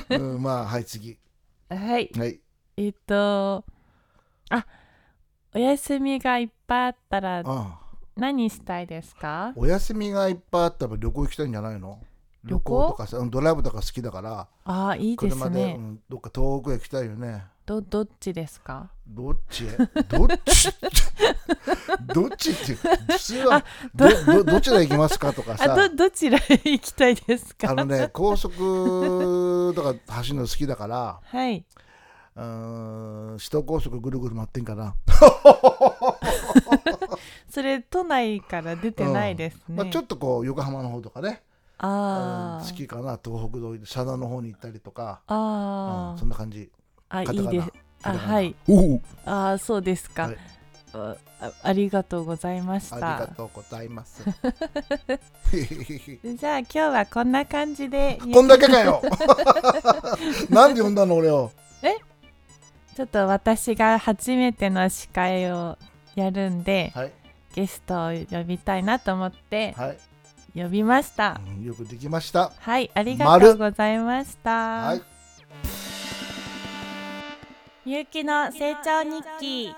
Speaker 1: うんまあはい次
Speaker 6: はい
Speaker 1: はい
Speaker 6: えっ、とあお休みがいっぱいあったら
Speaker 1: ああ
Speaker 6: 何したいですか
Speaker 1: お休みがいっぱいあったら旅行行きたいんじゃないの
Speaker 6: 旅行
Speaker 1: とかさうんドライブとか好きだから
Speaker 6: ああいいです
Speaker 1: 車で、
Speaker 6: ね
Speaker 1: うん、どっか遠くへ行きたいよね
Speaker 6: どどっちですか
Speaker 1: どっちへどっ ちどっちって普通はど
Speaker 6: ど
Speaker 1: どどちら行きますかとか
Speaker 6: あ
Speaker 1: さ
Speaker 6: どどちらへ行きたいですか
Speaker 1: あのね高速とか走るの好きだから
Speaker 6: はいう
Speaker 1: ーん首都高速ぐるぐる回ってんかな、
Speaker 6: それ都内から出てないですね、
Speaker 1: まあ、ちょっとこう横浜の方とかね
Speaker 6: あ
Speaker 1: うん
Speaker 6: ー
Speaker 1: 好きかな東北道佐田の方に行ったりとか、
Speaker 6: あ
Speaker 1: うん
Speaker 6: ー、
Speaker 1: そんな感じカ
Speaker 6: あ
Speaker 1: タ
Speaker 6: い
Speaker 1: カ
Speaker 6: い
Speaker 1: ナ
Speaker 6: です
Speaker 1: カ
Speaker 6: あ
Speaker 1: タカナ
Speaker 6: はい
Speaker 1: おお
Speaker 6: あーそうですか、
Speaker 1: はい
Speaker 6: ああありがとうございまし
Speaker 1: ありが
Speaker 6: た
Speaker 1: とうござい ます。
Speaker 6: じゃあ今日はこんな感じで
Speaker 1: こんだけかよ。 なんで呼んだの俺を。
Speaker 6: ちょっと私が初めての司会をやるんで、
Speaker 1: はい
Speaker 6: ゲストを呼びたいなと思って
Speaker 1: はい、
Speaker 6: 呼びました。
Speaker 1: うんよくできました。
Speaker 6: はい、ありがとうございました。
Speaker 1: はい、
Speaker 6: ゆうきの成長日記。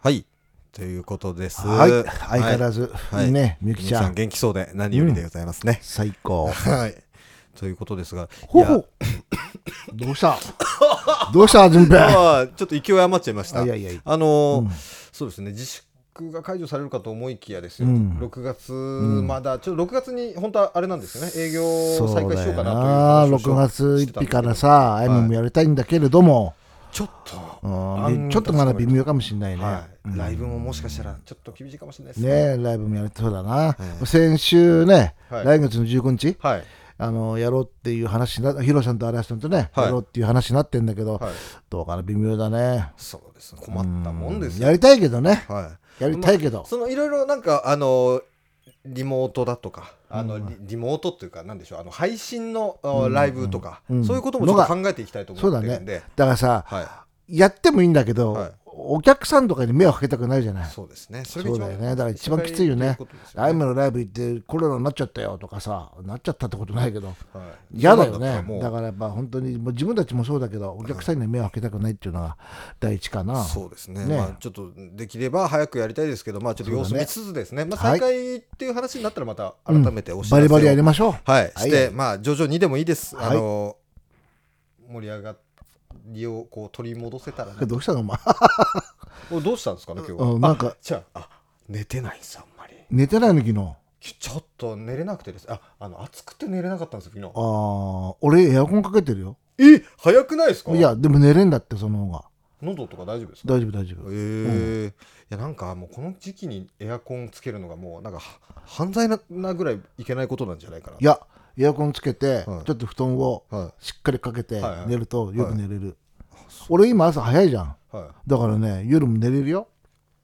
Speaker 2: はいということです
Speaker 1: はい、相変わらず、
Speaker 2: い
Speaker 1: い、いね、みゆ
Speaker 2: ゆき
Speaker 1: き
Speaker 2: ち
Speaker 1: ち
Speaker 2: ゃ
Speaker 1: ゃ
Speaker 2: ん
Speaker 1: ん。
Speaker 2: 元気そうで何よりでございますね、
Speaker 1: 最高。
Speaker 2: はいということですが
Speaker 1: ほ
Speaker 2: いや
Speaker 1: ほ。どうしたどうした、ずんべ。 い
Speaker 2: あーちょっと勢い余っちゃいました
Speaker 1: やいやいや。
Speaker 2: あのー
Speaker 1: うん
Speaker 2: そうですね自粛が解除されるかと思いきやです
Speaker 1: う
Speaker 2: よ、
Speaker 1: ん
Speaker 2: 6月
Speaker 1: ん
Speaker 2: まだちょっと6月に本当はあれなんですよね営業
Speaker 1: そ
Speaker 2: を再開しようかなとい
Speaker 1: だよ
Speaker 2: う話を
Speaker 1: な
Speaker 2: し
Speaker 1: 6月
Speaker 2: してた
Speaker 1: 1
Speaker 2: んだ
Speaker 1: 日
Speaker 2: けど
Speaker 1: からさ、あいみょんもやりたいんだけれども、
Speaker 2: ちょっと、
Speaker 1: うんちょっとまだ微妙かもしれないね。
Speaker 2: は
Speaker 1: う
Speaker 2: い
Speaker 1: ん
Speaker 2: ライブももしかしたらちょっと厳しいかもしれないですね
Speaker 1: ねライブもやれてそうだな、先週ね、
Speaker 2: はい
Speaker 1: 来月の15日
Speaker 2: はい
Speaker 1: あのやろうっていう話になヒロさんと嵐さんとね、
Speaker 2: はい
Speaker 1: やろうっていう話になってんだけど、
Speaker 2: はい
Speaker 1: どうかな微妙だね
Speaker 2: そうですね困ったもんです
Speaker 1: や
Speaker 2: よ
Speaker 1: りたいけどね
Speaker 2: はい
Speaker 1: やりたいけど、
Speaker 2: そのいろいろなんかあのリモートだとか、あの
Speaker 1: うん
Speaker 2: リリモートっていうか、なんでしょう、あの配信のあの
Speaker 1: うん
Speaker 2: ライブとか、
Speaker 1: うん
Speaker 2: そういうこともちょっと考えていきたいと思ってるんで、
Speaker 1: だからさ、
Speaker 2: は
Speaker 1: やってもいいんだけど、
Speaker 2: はい
Speaker 1: お客さんとかに迷惑かけたくないじゃない
Speaker 2: い、
Speaker 1: そ
Speaker 2: そうですね、そうれが一番
Speaker 1: だよねだから一番きついよね
Speaker 2: 心配とうことですよ
Speaker 1: アイムのライブ行ってコロナになっちゃったよとかさなっちゃったってことないけど
Speaker 2: はい
Speaker 1: 嫌だよ
Speaker 2: そうなんったら
Speaker 1: ね
Speaker 2: もう
Speaker 1: だからやっぱ本当にもう自分たちもそうだけどお客さんに迷惑かけたくないっていうのが第一かな
Speaker 2: そうですね
Speaker 1: ね
Speaker 2: まあ、ちょっとできれば早くやりたいですけど、まあ、ちょっと様子見つつですね、まあ、再開っていう話になったら、また改めてお知
Speaker 1: バ
Speaker 2: らせ
Speaker 1: リ
Speaker 2: を
Speaker 1: バリやりましょう
Speaker 2: は
Speaker 1: は
Speaker 2: い、
Speaker 1: い
Speaker 2: して、まあ、徐々にでもいいです、
Speaker 1: はい
Speaker 2: あの盛り上がりをこう取り戻せたら、 ね、
Speaker 1: どうしたのお前
Speaker 2: おどうしたんですかね、今 日
Speaker 1: う
Speaker 2: は。
Speaker 1: んなんか
Speaker 2: じゃああ寝てないんです、あんまり。
Speaker 1: 寝てないの昨日
Speaker 2: きちょっと寝れなくてです。あ、あの暑くて寝れなかったんです昨
Speaker 1: ああ俺エアコンかけてるよ
Speaker 2: 日。え、早くないですか？
Speaker 1: いやでも寝れんだってその方が
Speaker 2: 喉とか大丈夫ですか？
Speaker 1: 大丈夫大丈
Speaker 2: ええ
Speaker 1: 夫
Speaker 2: いやなんかもうこの時期にエアコンつけるのがもうなんかは犯罪ななぐらいいけないことなんじゃないかな。
Speaker 1: いやエアコンつけて、
Speaker 2: はい
Speaker 1: ちょっと布団を
Speaker 2: は
Speaker 1: しっかりかけて
Speaker 2: はいはい
Speaker 1: 寝るとよく寝れる、俺今朝早いじゃん
Speaker 2: いはい。
Speaker 1: だからね夜も寝れるよ、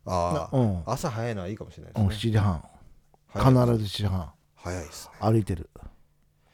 Speaker 2: ああ、
Speaker 1: うん
Speaker 2: 朝早いのはいいかもしれな
Speaker 1: うん、
Speaker 2: い
Speaker 1: 7
Speaker 2: ですね。
Speaker 1: 時半必
Speaker 2: 早い
Speaker 1: ず7時半
Speaker 2: 早いですね。
Speaker 1: 歩いてる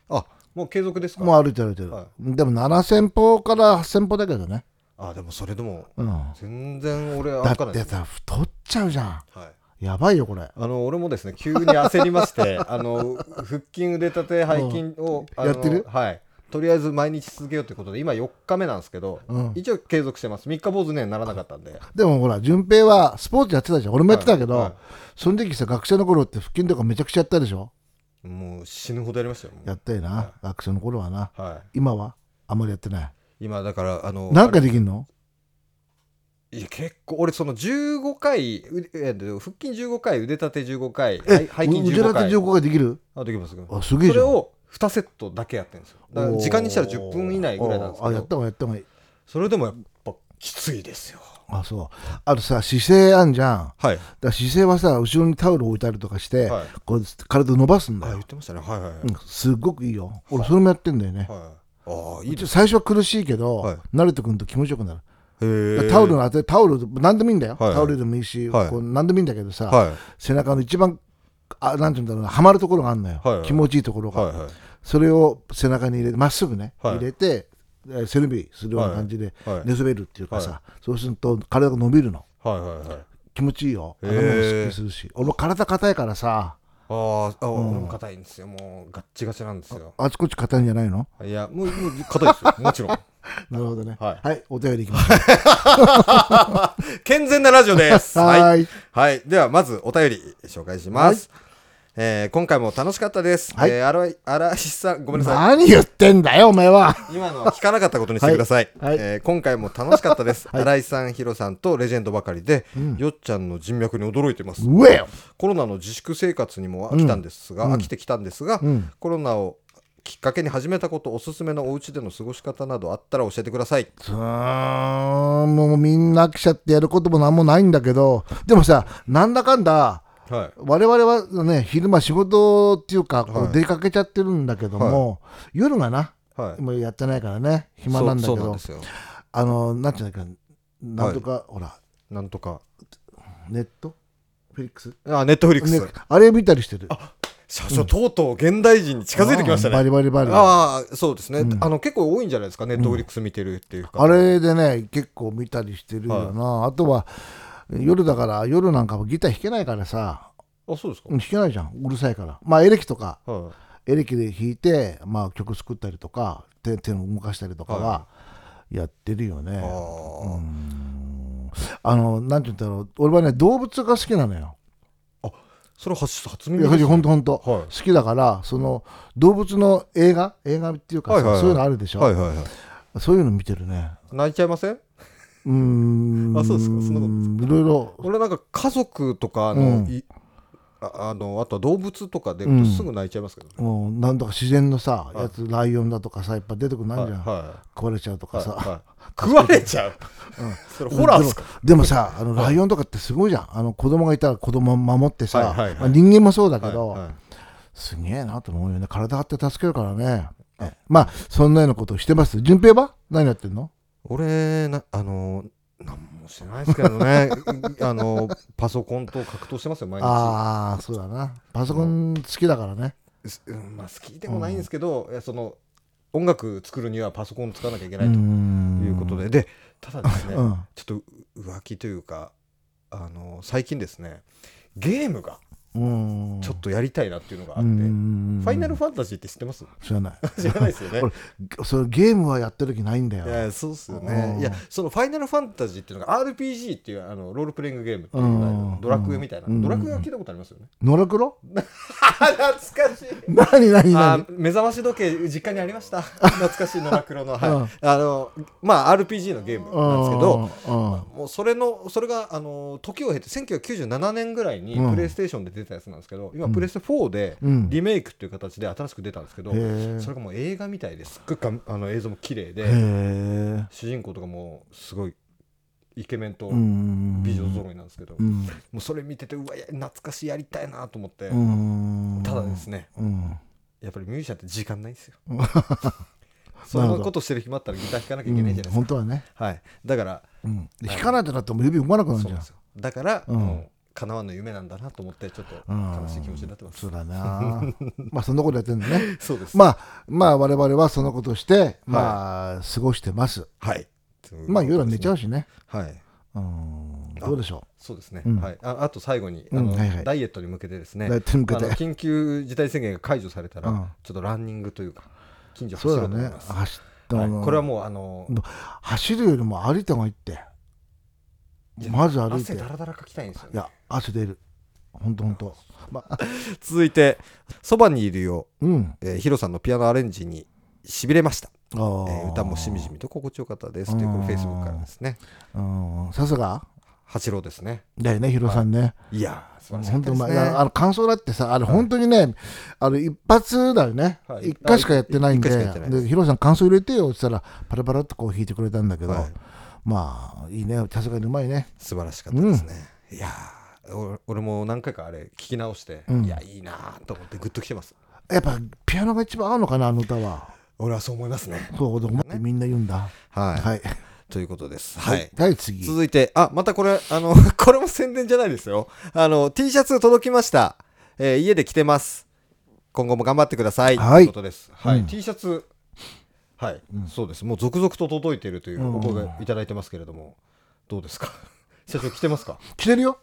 Speaker 2: あ、もう継続ですか？
Speaker 1: もう歩いてる歩いてる、
Speaker 2: は
Speaker 1: でも7000歩から8000歩だけどね、
Speaker 2: あ、でもそれでも
Speaker 1: うん、
Speaker 2: 全然俺
Speaker 1: だ
Speaker 2: 歩か
Speaker 1: っ
Speaker 2: ないで
Speaker 1: て
Speaker 2: す。
Speaker 1: さ太っちゃうじゃ
Speaker 2: はい。
Speaker 1: んやばいよこれ
Speaker 2: あの俺もですね急に焦りまして あの腹筋腕立て背筋をあの
Speaker 1: やってる
Speaker 2: はいとりあえず毎日続けようということで今4日目なんですけど、
Speaker 1: うん
Speaker 2: 一応継続してます3日坊主にはならなかったんで、
Speaker 1: でもほら順平はスポーツやってたじゃん俺もやってたけど、
Speaker 2: はいは
Speaker 1: その時さ学生の頃って腹筋とかめちゃくちゃやったでしょ
Speaker 2: もう死ぬほどやりましたよもう
Speaker 1: やったよな、
Speaker 2: は
Speaker 1: 学生の頃はな
Speaker 2: は
Speaker 1: 今はあんまりやってない
Speaker 2: い、今だからあの
Speaker 1: 何
Speaker 2: あ
Speaker 1: 回
Speaker 2: れ
Speaker 1: できんの
Speaker 2: いや結構俺その15回うえっと腹筋15回腕立て15回はい背筋
Speaker 1: ううじらて
Speaker 2: 15回
Speaker 1: 15回できる
Speaker 2: あできますそ
Speaker 1: あすげえじ
Speaker 2: れ
Speaker 1: ゃん
Speaker 2: を2セットだけやってるんですよだから時間にしたら10分以内ぐらいなんです
Speaker 1: おー
Speaker 2: け
Speaker 1: あやっ
Speaker 2: ど
Speaker 1: た方がいいやった方がいい
Speaker 2: それでもやっぱきついですよ
Speaker 1: あそうあとさ姿勢あんじゃんだか
Speaker 2: はい
Speaker 1: ら姿勢はさ後ろにタオル置いてあるとかして、
Speaker 2: はい
Speaker 1: こう体伸ばすんだ
Speaker 2: あ
Speaker 1: よ
Speaker 2: 言ってましたねはいはいはい、
Speaker 1: うん、すっごくいいよ俺それもやってんだよね、
Speaker 2: はい、ああいい
Speaker 1: ち
Speaker 2: で
Speaker 1: ょ
Speaker 2: す
Speaker 1: 最初は苦しいけど、
Speaker 2: はい
Speaker 1: 慣れてくると気持ちよくなる、だ
Speaker 2: へ
Speaker 1: か
Speaker 2: え
Speaker 1: らタオルの当てタオル何でもいいんだよ、
Speaker 2: はい
Speaker 1: タオルでもいいし、
Speaker 2: はい
Speaker 1: こう何でもいいんだけどさ、
Speaker 2: はい
Speaker 1: 背中の一番あなんて言うんだろうなはまるところがあるのよ、
Speaker 2: はいはい
Speaker 1: 気持ちいいところが、
Speaker 2: はいはい
Speaker 1: それを背中に入れてまっすぐね、
Speaker 2: はい
Speaker 1: 入れてえー背伸びするような感じで
Speaker 2: はいはい
Speaker 1: 寝そべるっていうかさ、そうすると体が伸びるの
Speaker 2: はいはいはい
Speaker 1: 気持ちいいよ
Speaker 2: へー
Speaker 1: 頭もすっきりするし俺体硬いからさ
Speaker 2: ああ、あ
Speaker 1: ん
Speaker 2: 俺も硬いんですよもうガッチガチなんですよ
Speaker 1: あちこち硬いんじゃないの
Speaker 2: いやもうもう硬いですよもちろん
Speaker 1: なるほどね
Speaker 2: はい
Speaker 1: お便りいきましょ
Speaker 2: 健全なラジオで す
Speaker 1: うはーい
Speaker 2: はい。では、まずお便り紹介します。えー今回も楽しかったです。
Speaker 1: はい
Speaker 2: えー、荒井荒井さん、ごめんなさい。
Speaker 1: 何言ってんだよお前は
Speaker 2: 今のは聞かなかったことにしてください。
Speaker 1: はいはい
Speaker 2: えー今回も楽しかった です。荒井さん、ヒロさんとレジェンドばかりで、よっちゃんの人脈に驚いてます。
Speaker 1: うえよ
Speaker 2: コロナの自粛生活にも飽きたんですが、飽きてきたんですが、
Speaker 1: ん
Speaker 2: コロナをきっかけに始めたことおすすめのお家での過ごし方などあったら教えてください。
Speaker 1: つーんもうみんな来ちゃってやることもなんもないんだけどでもさなんだかんだ
Speaker 2: は
Speaker 1: 我々はね昼間仕事っていうかこう出かけちゃってるんだけども、夜がな、
Speaker 2: いはい。
Speaker 1: もうやってないからね暇なんだけ
Speaker 2: そうそうな
Speaker 1: ど
Speaker 2: んですよ。
Speaker 1: あのなんていうんだっけなんとか、ほら
Speaker 2: なんとか。
Speaker 1: ネットフェリックス
Speaker 2: あ、ネットフリック
Speaker 1: ね
Speaker 2: ス。
Speaker 1: あれ見たりしてる
Speaker 2: 社長、とうとう現代人に近づいてきましたね。
Speaker 1: あーバリバリバリあ
Speaker 2: ああそうですね、あの結構多いんじゃないですかネットフリックス見てるっていうか、
Speaker 1: れでね結構見たりしてるよな、あとは夜だから夜なんかもギター弾けないからさ
Speaker 2: あそうですか、
Speaker 1: 弾けないじゃんうるさいからまあエレキとか
Speaker 2: は
Speaker 1: エレキで弾いて、まあ、曲作ったりとか手手を動かしたりとかは
Speaker 2: は
Speaker 1: やってるよね、
Speaker 2: い、あー
Speaker 1: あのなんて言ったろう俺はね動物が好きなのよ
Speaker 2: それ初初
Speaker 1: い
Speaker 2: 耳
Speaker 1: や
Speaker 2: です、ね、
Speaker 1: ほんとほんと、
Speaker 2: はい
Speaker 1: 好きだからその動物の映画映画っていうかさ、
Speaker 2: はいはいはい
Speaker 1: そういうのあるでしょ、
Speaker 2: はいはいはい
Speaker 1: そういうの見てるね
Speaker 2: 泣いちゃいません
Speaker 1: うーん
Speaker 2: あそうですかそんなことです
Speaker 1: いろいろ
Speaker 2: 俺なんか家族とかの、
Speaker 1: うん
Speaker 2: いああのあとは動物とか出
Speaker 1: う
Speaker 2: る
Speaker 1: ん
Speaker 2: とすぐ泣いちゃいますけどね、
Speaker 1: もうなんとか自然のさ
Speaker 2: はい
Speaker 1: やつ、ライオンだとかさいっぱい出てくるのあ
Speaker 2: は
Speaker 1: る
Speaker 2: い
Speaker 1: じゃん、
Speaker 2: は
Speaker 1: 壊れちゃうと
Speaker 2: い
Speaker 1: かさ、
Speaker 2: はいはい食われちゃう、それホラーっすか
Speaker 1: でもでもさあのライオンとかってすごいじゃんあの子供がいたら子供を守ってさ、
Speaker 2: はいはいはい
Speaker 1: まあ、人間もそうだけど、
Speaker 2: はいはい
Speaker 1: すげえなと思うよね体張って助けるからねえまあそんなようなことをしてます順平は何やってんの
Speaker 2: 俺なあの何もしてないですけどね あのパソコンと格闘してますよ毎日
Speaker 1: ああそうだなパソコン好きだからね
Speaker 2: すうんまあ好きでもないんですけど、いやその音楽作るにはパソコン使わなきゃいけないと
Speaker 1: い
Speaker 2: いうことで、でただですね、
Speaker 1: うん
Speaker 2: ちょっと浮気というかあの最近ですねゲームが
Speaker 1: うん
Speaker 2: ちょっとやりたいなっていうのがあ
Speaker 1: あ
Speaker 2: って、フ
Speaker 1: フ
Speaker 2: ァイナルファンタジーって知ってます
Speaker 1: 知らない
Speaker 2: 知らないです よね
Speaker 1: 俺それゲームはやってる気ないんだ
Speaker 2: いや
Speaker 1: よ
Speaker 2: そうっすよ
Speaker 1: う
Speaker 2: ね
Speaker 1: ん
Speaker 2: いやその「ファイナルファンタジー」っていうのが RPG っていうあのロールプレイングゲームっていうの
Speaker 1: う
Speaker 2: が
Speaker 1: ん
Speaker 2: ドラクエみたいな
Speaker 1: うん
Speaker 2: ドラクエは聞いたことありますよね
Speaker 1: ノロクロ
Speaker 2: 懐かしい
Speaker 1: 何何
Speaker 2: あ
Speaker 1: 何
Speaker 2: ー目覚まし時計実家にありました 懐かしい野良黒の、はい
Speaker 1: うん
Speaker 2: あのまあ RPG のゲームなんですけど
Speaker 1: ど
Speaker 2: もうそれのそれがあの時を経て1997年ぐらいに
Speaker 1: うん
Speaker 2: プレイステーションで出たやつなんですけど、
Speaker 1: う
Speaker 2: 今
Speaker 1: ん
Speaker 2: プレステ4で
Speaker 1: うん
Speaker 2: リメイクっていう形で新しく出たんですけど、
Speaker 1: へー
Speaker 2: それがもう映画みたいですっごいかんあの映像も綺麗
Speaker 1: へ
Speaker 2: で
Speaker 1: え
Speaker 2: 主人公とかもすごいイケメンと
Speaker 1: 美
Speaker 2: 美女揃いなんですけど、
Speaker 1: う
Speaker 2: も
Speaker 1: ん
Speaker 2: うそれ見ててうわや懐かしいやりたいなと思って、
Speaker 1: うん
Speaker 2: ただですね
Speaker 1: うん
Speaker 2: やっぱりミュージシャンって時間ないんで すよ
Speaker 1: うん
Speaker 2: そんなことしてる暇あったらギター弾かなきゃいけないじゃないですか、
Speaker 1: 本当はね
Speaker 2: はいだから
Speaker 1: うん弾かないとなってもう指動かなくなる
Speaker 2: そ
Speaker 1: じ
Speaker 2: うな
Speaker 1: ゃ
Speaker 2: ん
Speaker 1: ん
Speaker 2: ですよだから、
Speaker 1: うん
Speaker 2: もう叶わぬ夢なんだなと思ってちょっと悲しい気持ちになってます、
Speaker 1: そうだ なまあそんなことやってるんだね
Speaker 2: そうです
Speaker 1: まあまあ我々はそのことしてまあ過ごしてます
Speaker 2: はい
Speaker 1: まあ夜は寝ちゃう
Speaker 2: し
Speaker 1: しね
Speaker 2: はい
Speaker 1: うんどうでしょ
Speaker 2: そうですね、
Speaker 1: うん
Speaker 2: はい、ああと最後にあ
Speaker 1: うん
Speaker 2: の、
Speaker 1: はいはい
Speaker 2: ダイエットに向けてです
Speaker 1: う
Speaker 2: ね
Speaker 1: だい手向け
Speaker 2: あの
Speaker 1: て
Speaker 2: 緊急事態宣言が解除されたら、
Speaker 1: うん
Speaker 2: ちょっとランニングというか近所走
Speaker 1: そうだ
Speaker 2: ろうと思い
Speaker 1: ね
Speaker 2: ます、
Speaker 1: 走った
Speaker 2: はい
Speaker 1: の
Speaker 2: これはもうあの
Speaker 1: 走るよりも歩いた方がいいって
Speaker 2: いや
Speaker 1: まず歩いて
Speaker 2: 汗
Speaker 1: い
Speaker 2: だらだらかきたいんですよ、ね、
Speaker 1: や汗出るほんとほんとまあ
Speaker 2: 続いて「そばにいるよ、
Speaker 1: うん
Speaker 2: えーヒロさんのピアノアレンジにしびれました、
Speaker 1: あ
Speaker 2: え
Speaker 1: ー
Speaker 2: ー歌もしみじみと心地よかったです」というこ
Speaker 1: う
Speaker 2: れ
Speaker 1: ん
Speaker 2: フェイスブックからですね
Speaker 1: うんさすが
Speaker 2: 八郎ですね
Speaker 1: だよねヒロさんね
Speaker 2: いやー素晴らしか
Speaker 1: 本
Speaker 2: った
Speaker 1: 当
Speaker 2: で
Speaker 1: う
Speaker 2: す
Speaker 1: ま
Speaker 2: ね
Speaker 1: いあの感想だってさあれ本当にね、あの一発だよね一、
Speaker 2: はい
Speaker 1: 回しかやってないんで
Speaker 2: 一回しかやってないです
Speaker 1: でヒロさん感想入れてよって言ったらパラパラっとこう弾いてくれたんだけど、
Speaker 2: はい
Speaker 1: まあいいねさすがにうまいね
Speaker 2: 素晴らしかったですね、いやーお俺も何回かあれ聞き直して、
Speaker 1: うん
Speaker 2: いやいいなーと思ってグッときてます
Speaker 1: やっぱピアノが一番合うのかなあの歌は
Speaker 2: 俺はそう思いますね
Speaker 1: そうどこまでみんな言うんだ
Speaker 2: はい、
Speaker 1: はい
Speaker 2: ということですはい
Speaker 1: はい次
Speaker 2: 続いて、あ、またこれ、あの、 これも宣伝じゃないですよ。あの、T シャツ届きました。えー家で着てます。今後も頑張ってください。
Speaker 1: はい
Speaker 2: ということです。はい。
Speaker 1: うん
Speaker 2: T シャツ、はい、そうです。もう続々と届いているという
Speaker 1: うん
Speaker 2: お声がいただいてますけれども、どうですか 社長着てますか
Speaker 1: 来てるよ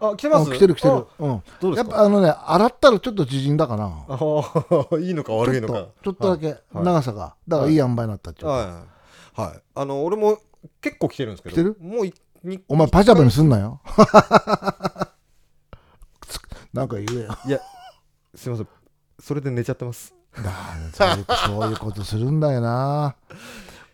Speaker 2: あ、着てます
Speaker 1: うん来てる来てる。、うん、
Speaker 2: どうで
Speaker 1: や
Speaker 2: す
Speaker 1: っ
Speaker 2: か
Speaker 1: ぱあのね洗ったらちょっと縮んだかな
Speaker 2: あーいいのか悪いの
Speaker 1: ちょ
Speaker 2: か
Speaker 1: っ。とちょっとだけ
Speaker 2: い
Speaker 1: 長さが、だからいい塩梅になったっていうか、
Speaker 2: はい。はい。あの、俺も結構着てるんですけど、
Speaker 1: 着てる
Speaker 2: もうい、に
Speaker 1: お前パジャマにすんなよ つなんか言えよ
Speaker 2: いや、すいません。それで寝ちゃってます。
Speaker 1: そういうそういうことするんだよな。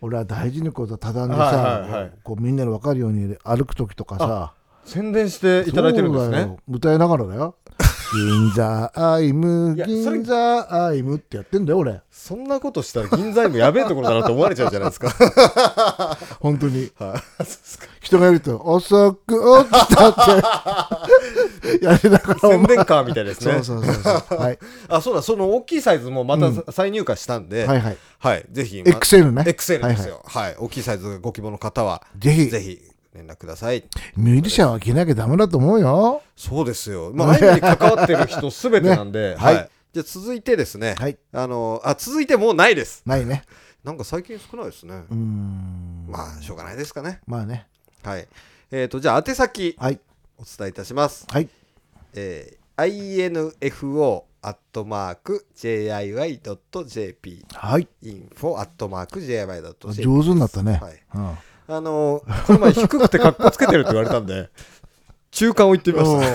Speaker 1: 俺は大事にこう畳んでさ、
Speaker 2: はいはいはい
Speaker 1: こうみんなに分かるように歩く時とかさ
Speaker 2: 宣伝していただいてるんです
Speaker 1: そうだ
Speaker 2: ね
Speaker 1: よ。歌いながらだ よ「銀座アイム
Speaker 2: いやそれ
Speaker 1: 銀座アイム」ってやってんだよ俺
Speaker 2: そんなことしたら銀座部やべえところだなって思われちゃうじゃな いですか。
Speaker 1: 本当に
Speaker 2: はい。そうですか
Speaker 1: 人がいると「遅く起きた」 ってやりながらお
Speaker 2: 宣
Speaker 1: 前
Speaker 2: 伝カーみたいです
Speaker 1: そ
Speaker 2: ね
Speaker 1: う。そうそうそうはい
Speaker 2: あ、そうだ、その大きいサイズもま
Speaker 1: う
Speaker 2: た再入荷したん
Speaker 1: は
Speaker 2: で、
Speaker 1: いはい
Speaker 2: はい。ぜひ、ま
Speaker 1: XL ね
Speaker 2: XL ですよ。はい。大きいサイズがご希望の方は、
Speaker 1: ぜひ
Speaker 2: ぜひ連絡ください。
Speaker 1: ミュージシャンは着なきゃダメだと思うよ
Speaker 2: そうですよ。まあ、アイムに関わってる人すべてなん で、
Speaker 1: は
Speaker 2: はいい。じゃあ続いてですね、
Speaker 1: はい
Speaker 2: あの、あ、続いてもうないです。
Speaker 1: ないね
Speaker 2: なんか最近少ないですね
Speaker 1: う。ーん
Speaker 2: まあ、しょうがないですかね。
Speaker 1: まあね
Speaker 2: はい。えっ、と、じゃあ、宛先、
Speaker 1: はい
Speaker 2: お伝えいたします。
Speaker 1: はい
Speaker 2: えー、info アットマーク jiy.jp
Speaker 1: はい
Speaker 2: info アットマーク jiy.jp
Speaker 1: 上手になったね、
Speaker 2: はい
Speaker 1: うん
Speaker 2: あのー、この前低くて格好つけてるって言われたんで 中間を言ってみました、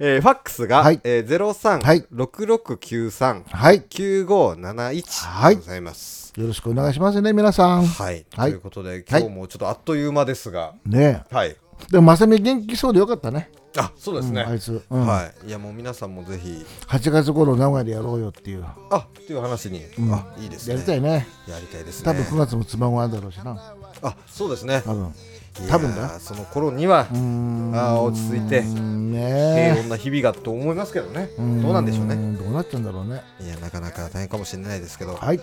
Speaker 2: えー、ファックスが、
Speaker 1: はい
Speaker 2: え
Speaker 1: はい
Speaker 2: ー、036693
Speaker 1: はい。
Speaker 2: 9571
Speaker 1: はい
Speaker 2: でございます
Speaker 1: よろしくお願いしますね、皆さん。
Speaker 2: はい、
Speaker 1: はい
Speaker 2: ということで今日もちょっとあっという間ですが
Speaker 1: ね
Speaker 2: はい、
Speaker 1: え。でも、まさみ元気そうでよかったね。
Speaker 2: あそうですね、
Speaker 1: うんあいつ。うん
Speaker 2: はいいやもう皆さんもぜひ
Speaker 1: 8月頃、名古屋でやろうよっていう。
Speaker 2: あっていう話に、あいいですね
Speaker 1: やりたいね。
Speaker 2: やりたいですね
Speaker 1: 多分9月も妻があるだろうしな。
Speaker 2: あそうですね
Speaker 1: 多分。
Speaker 2: いやー
Speaker 1: 多分だ
Speaker 2: その頃にはあー落ち着いて
Speaker 1: うん
Speaker 2: 平
Speaker 1: ね
Speaker 2: 穏な日々がと思いますけどねどう
Speaker 1: え。
Speaker 2: なんでしょう
Speaker 1: う
Speaker 2: ね
Speaker 1: ん。どうなっちゃうんだろうね。
Speaker 2: いやなかなか大変かもしれないですけど
Speaker 1: はい。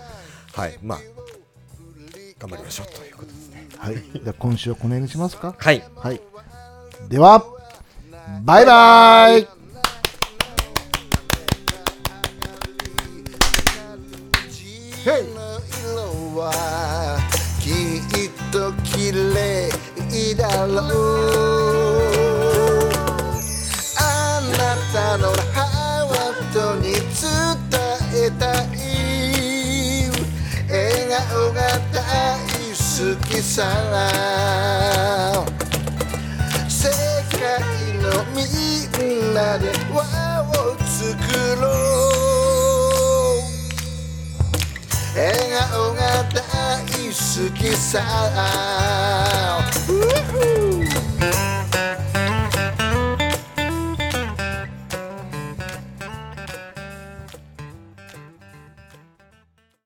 Speaker 2: はいまあ
Speaker 7: 頑張りましょうということですね。
Speaker 1: はい。じゃあ今週はこの辺にしますか。
Speaker 7: はい。
Speaker 1: はい。では、バイバイ
Speaker 2: 地の色はきっと綺麗だろうあなたのハートに伝えたい笑顔が大好きさ世界のみんなで輪を作ろう笑顔が大好きさ、う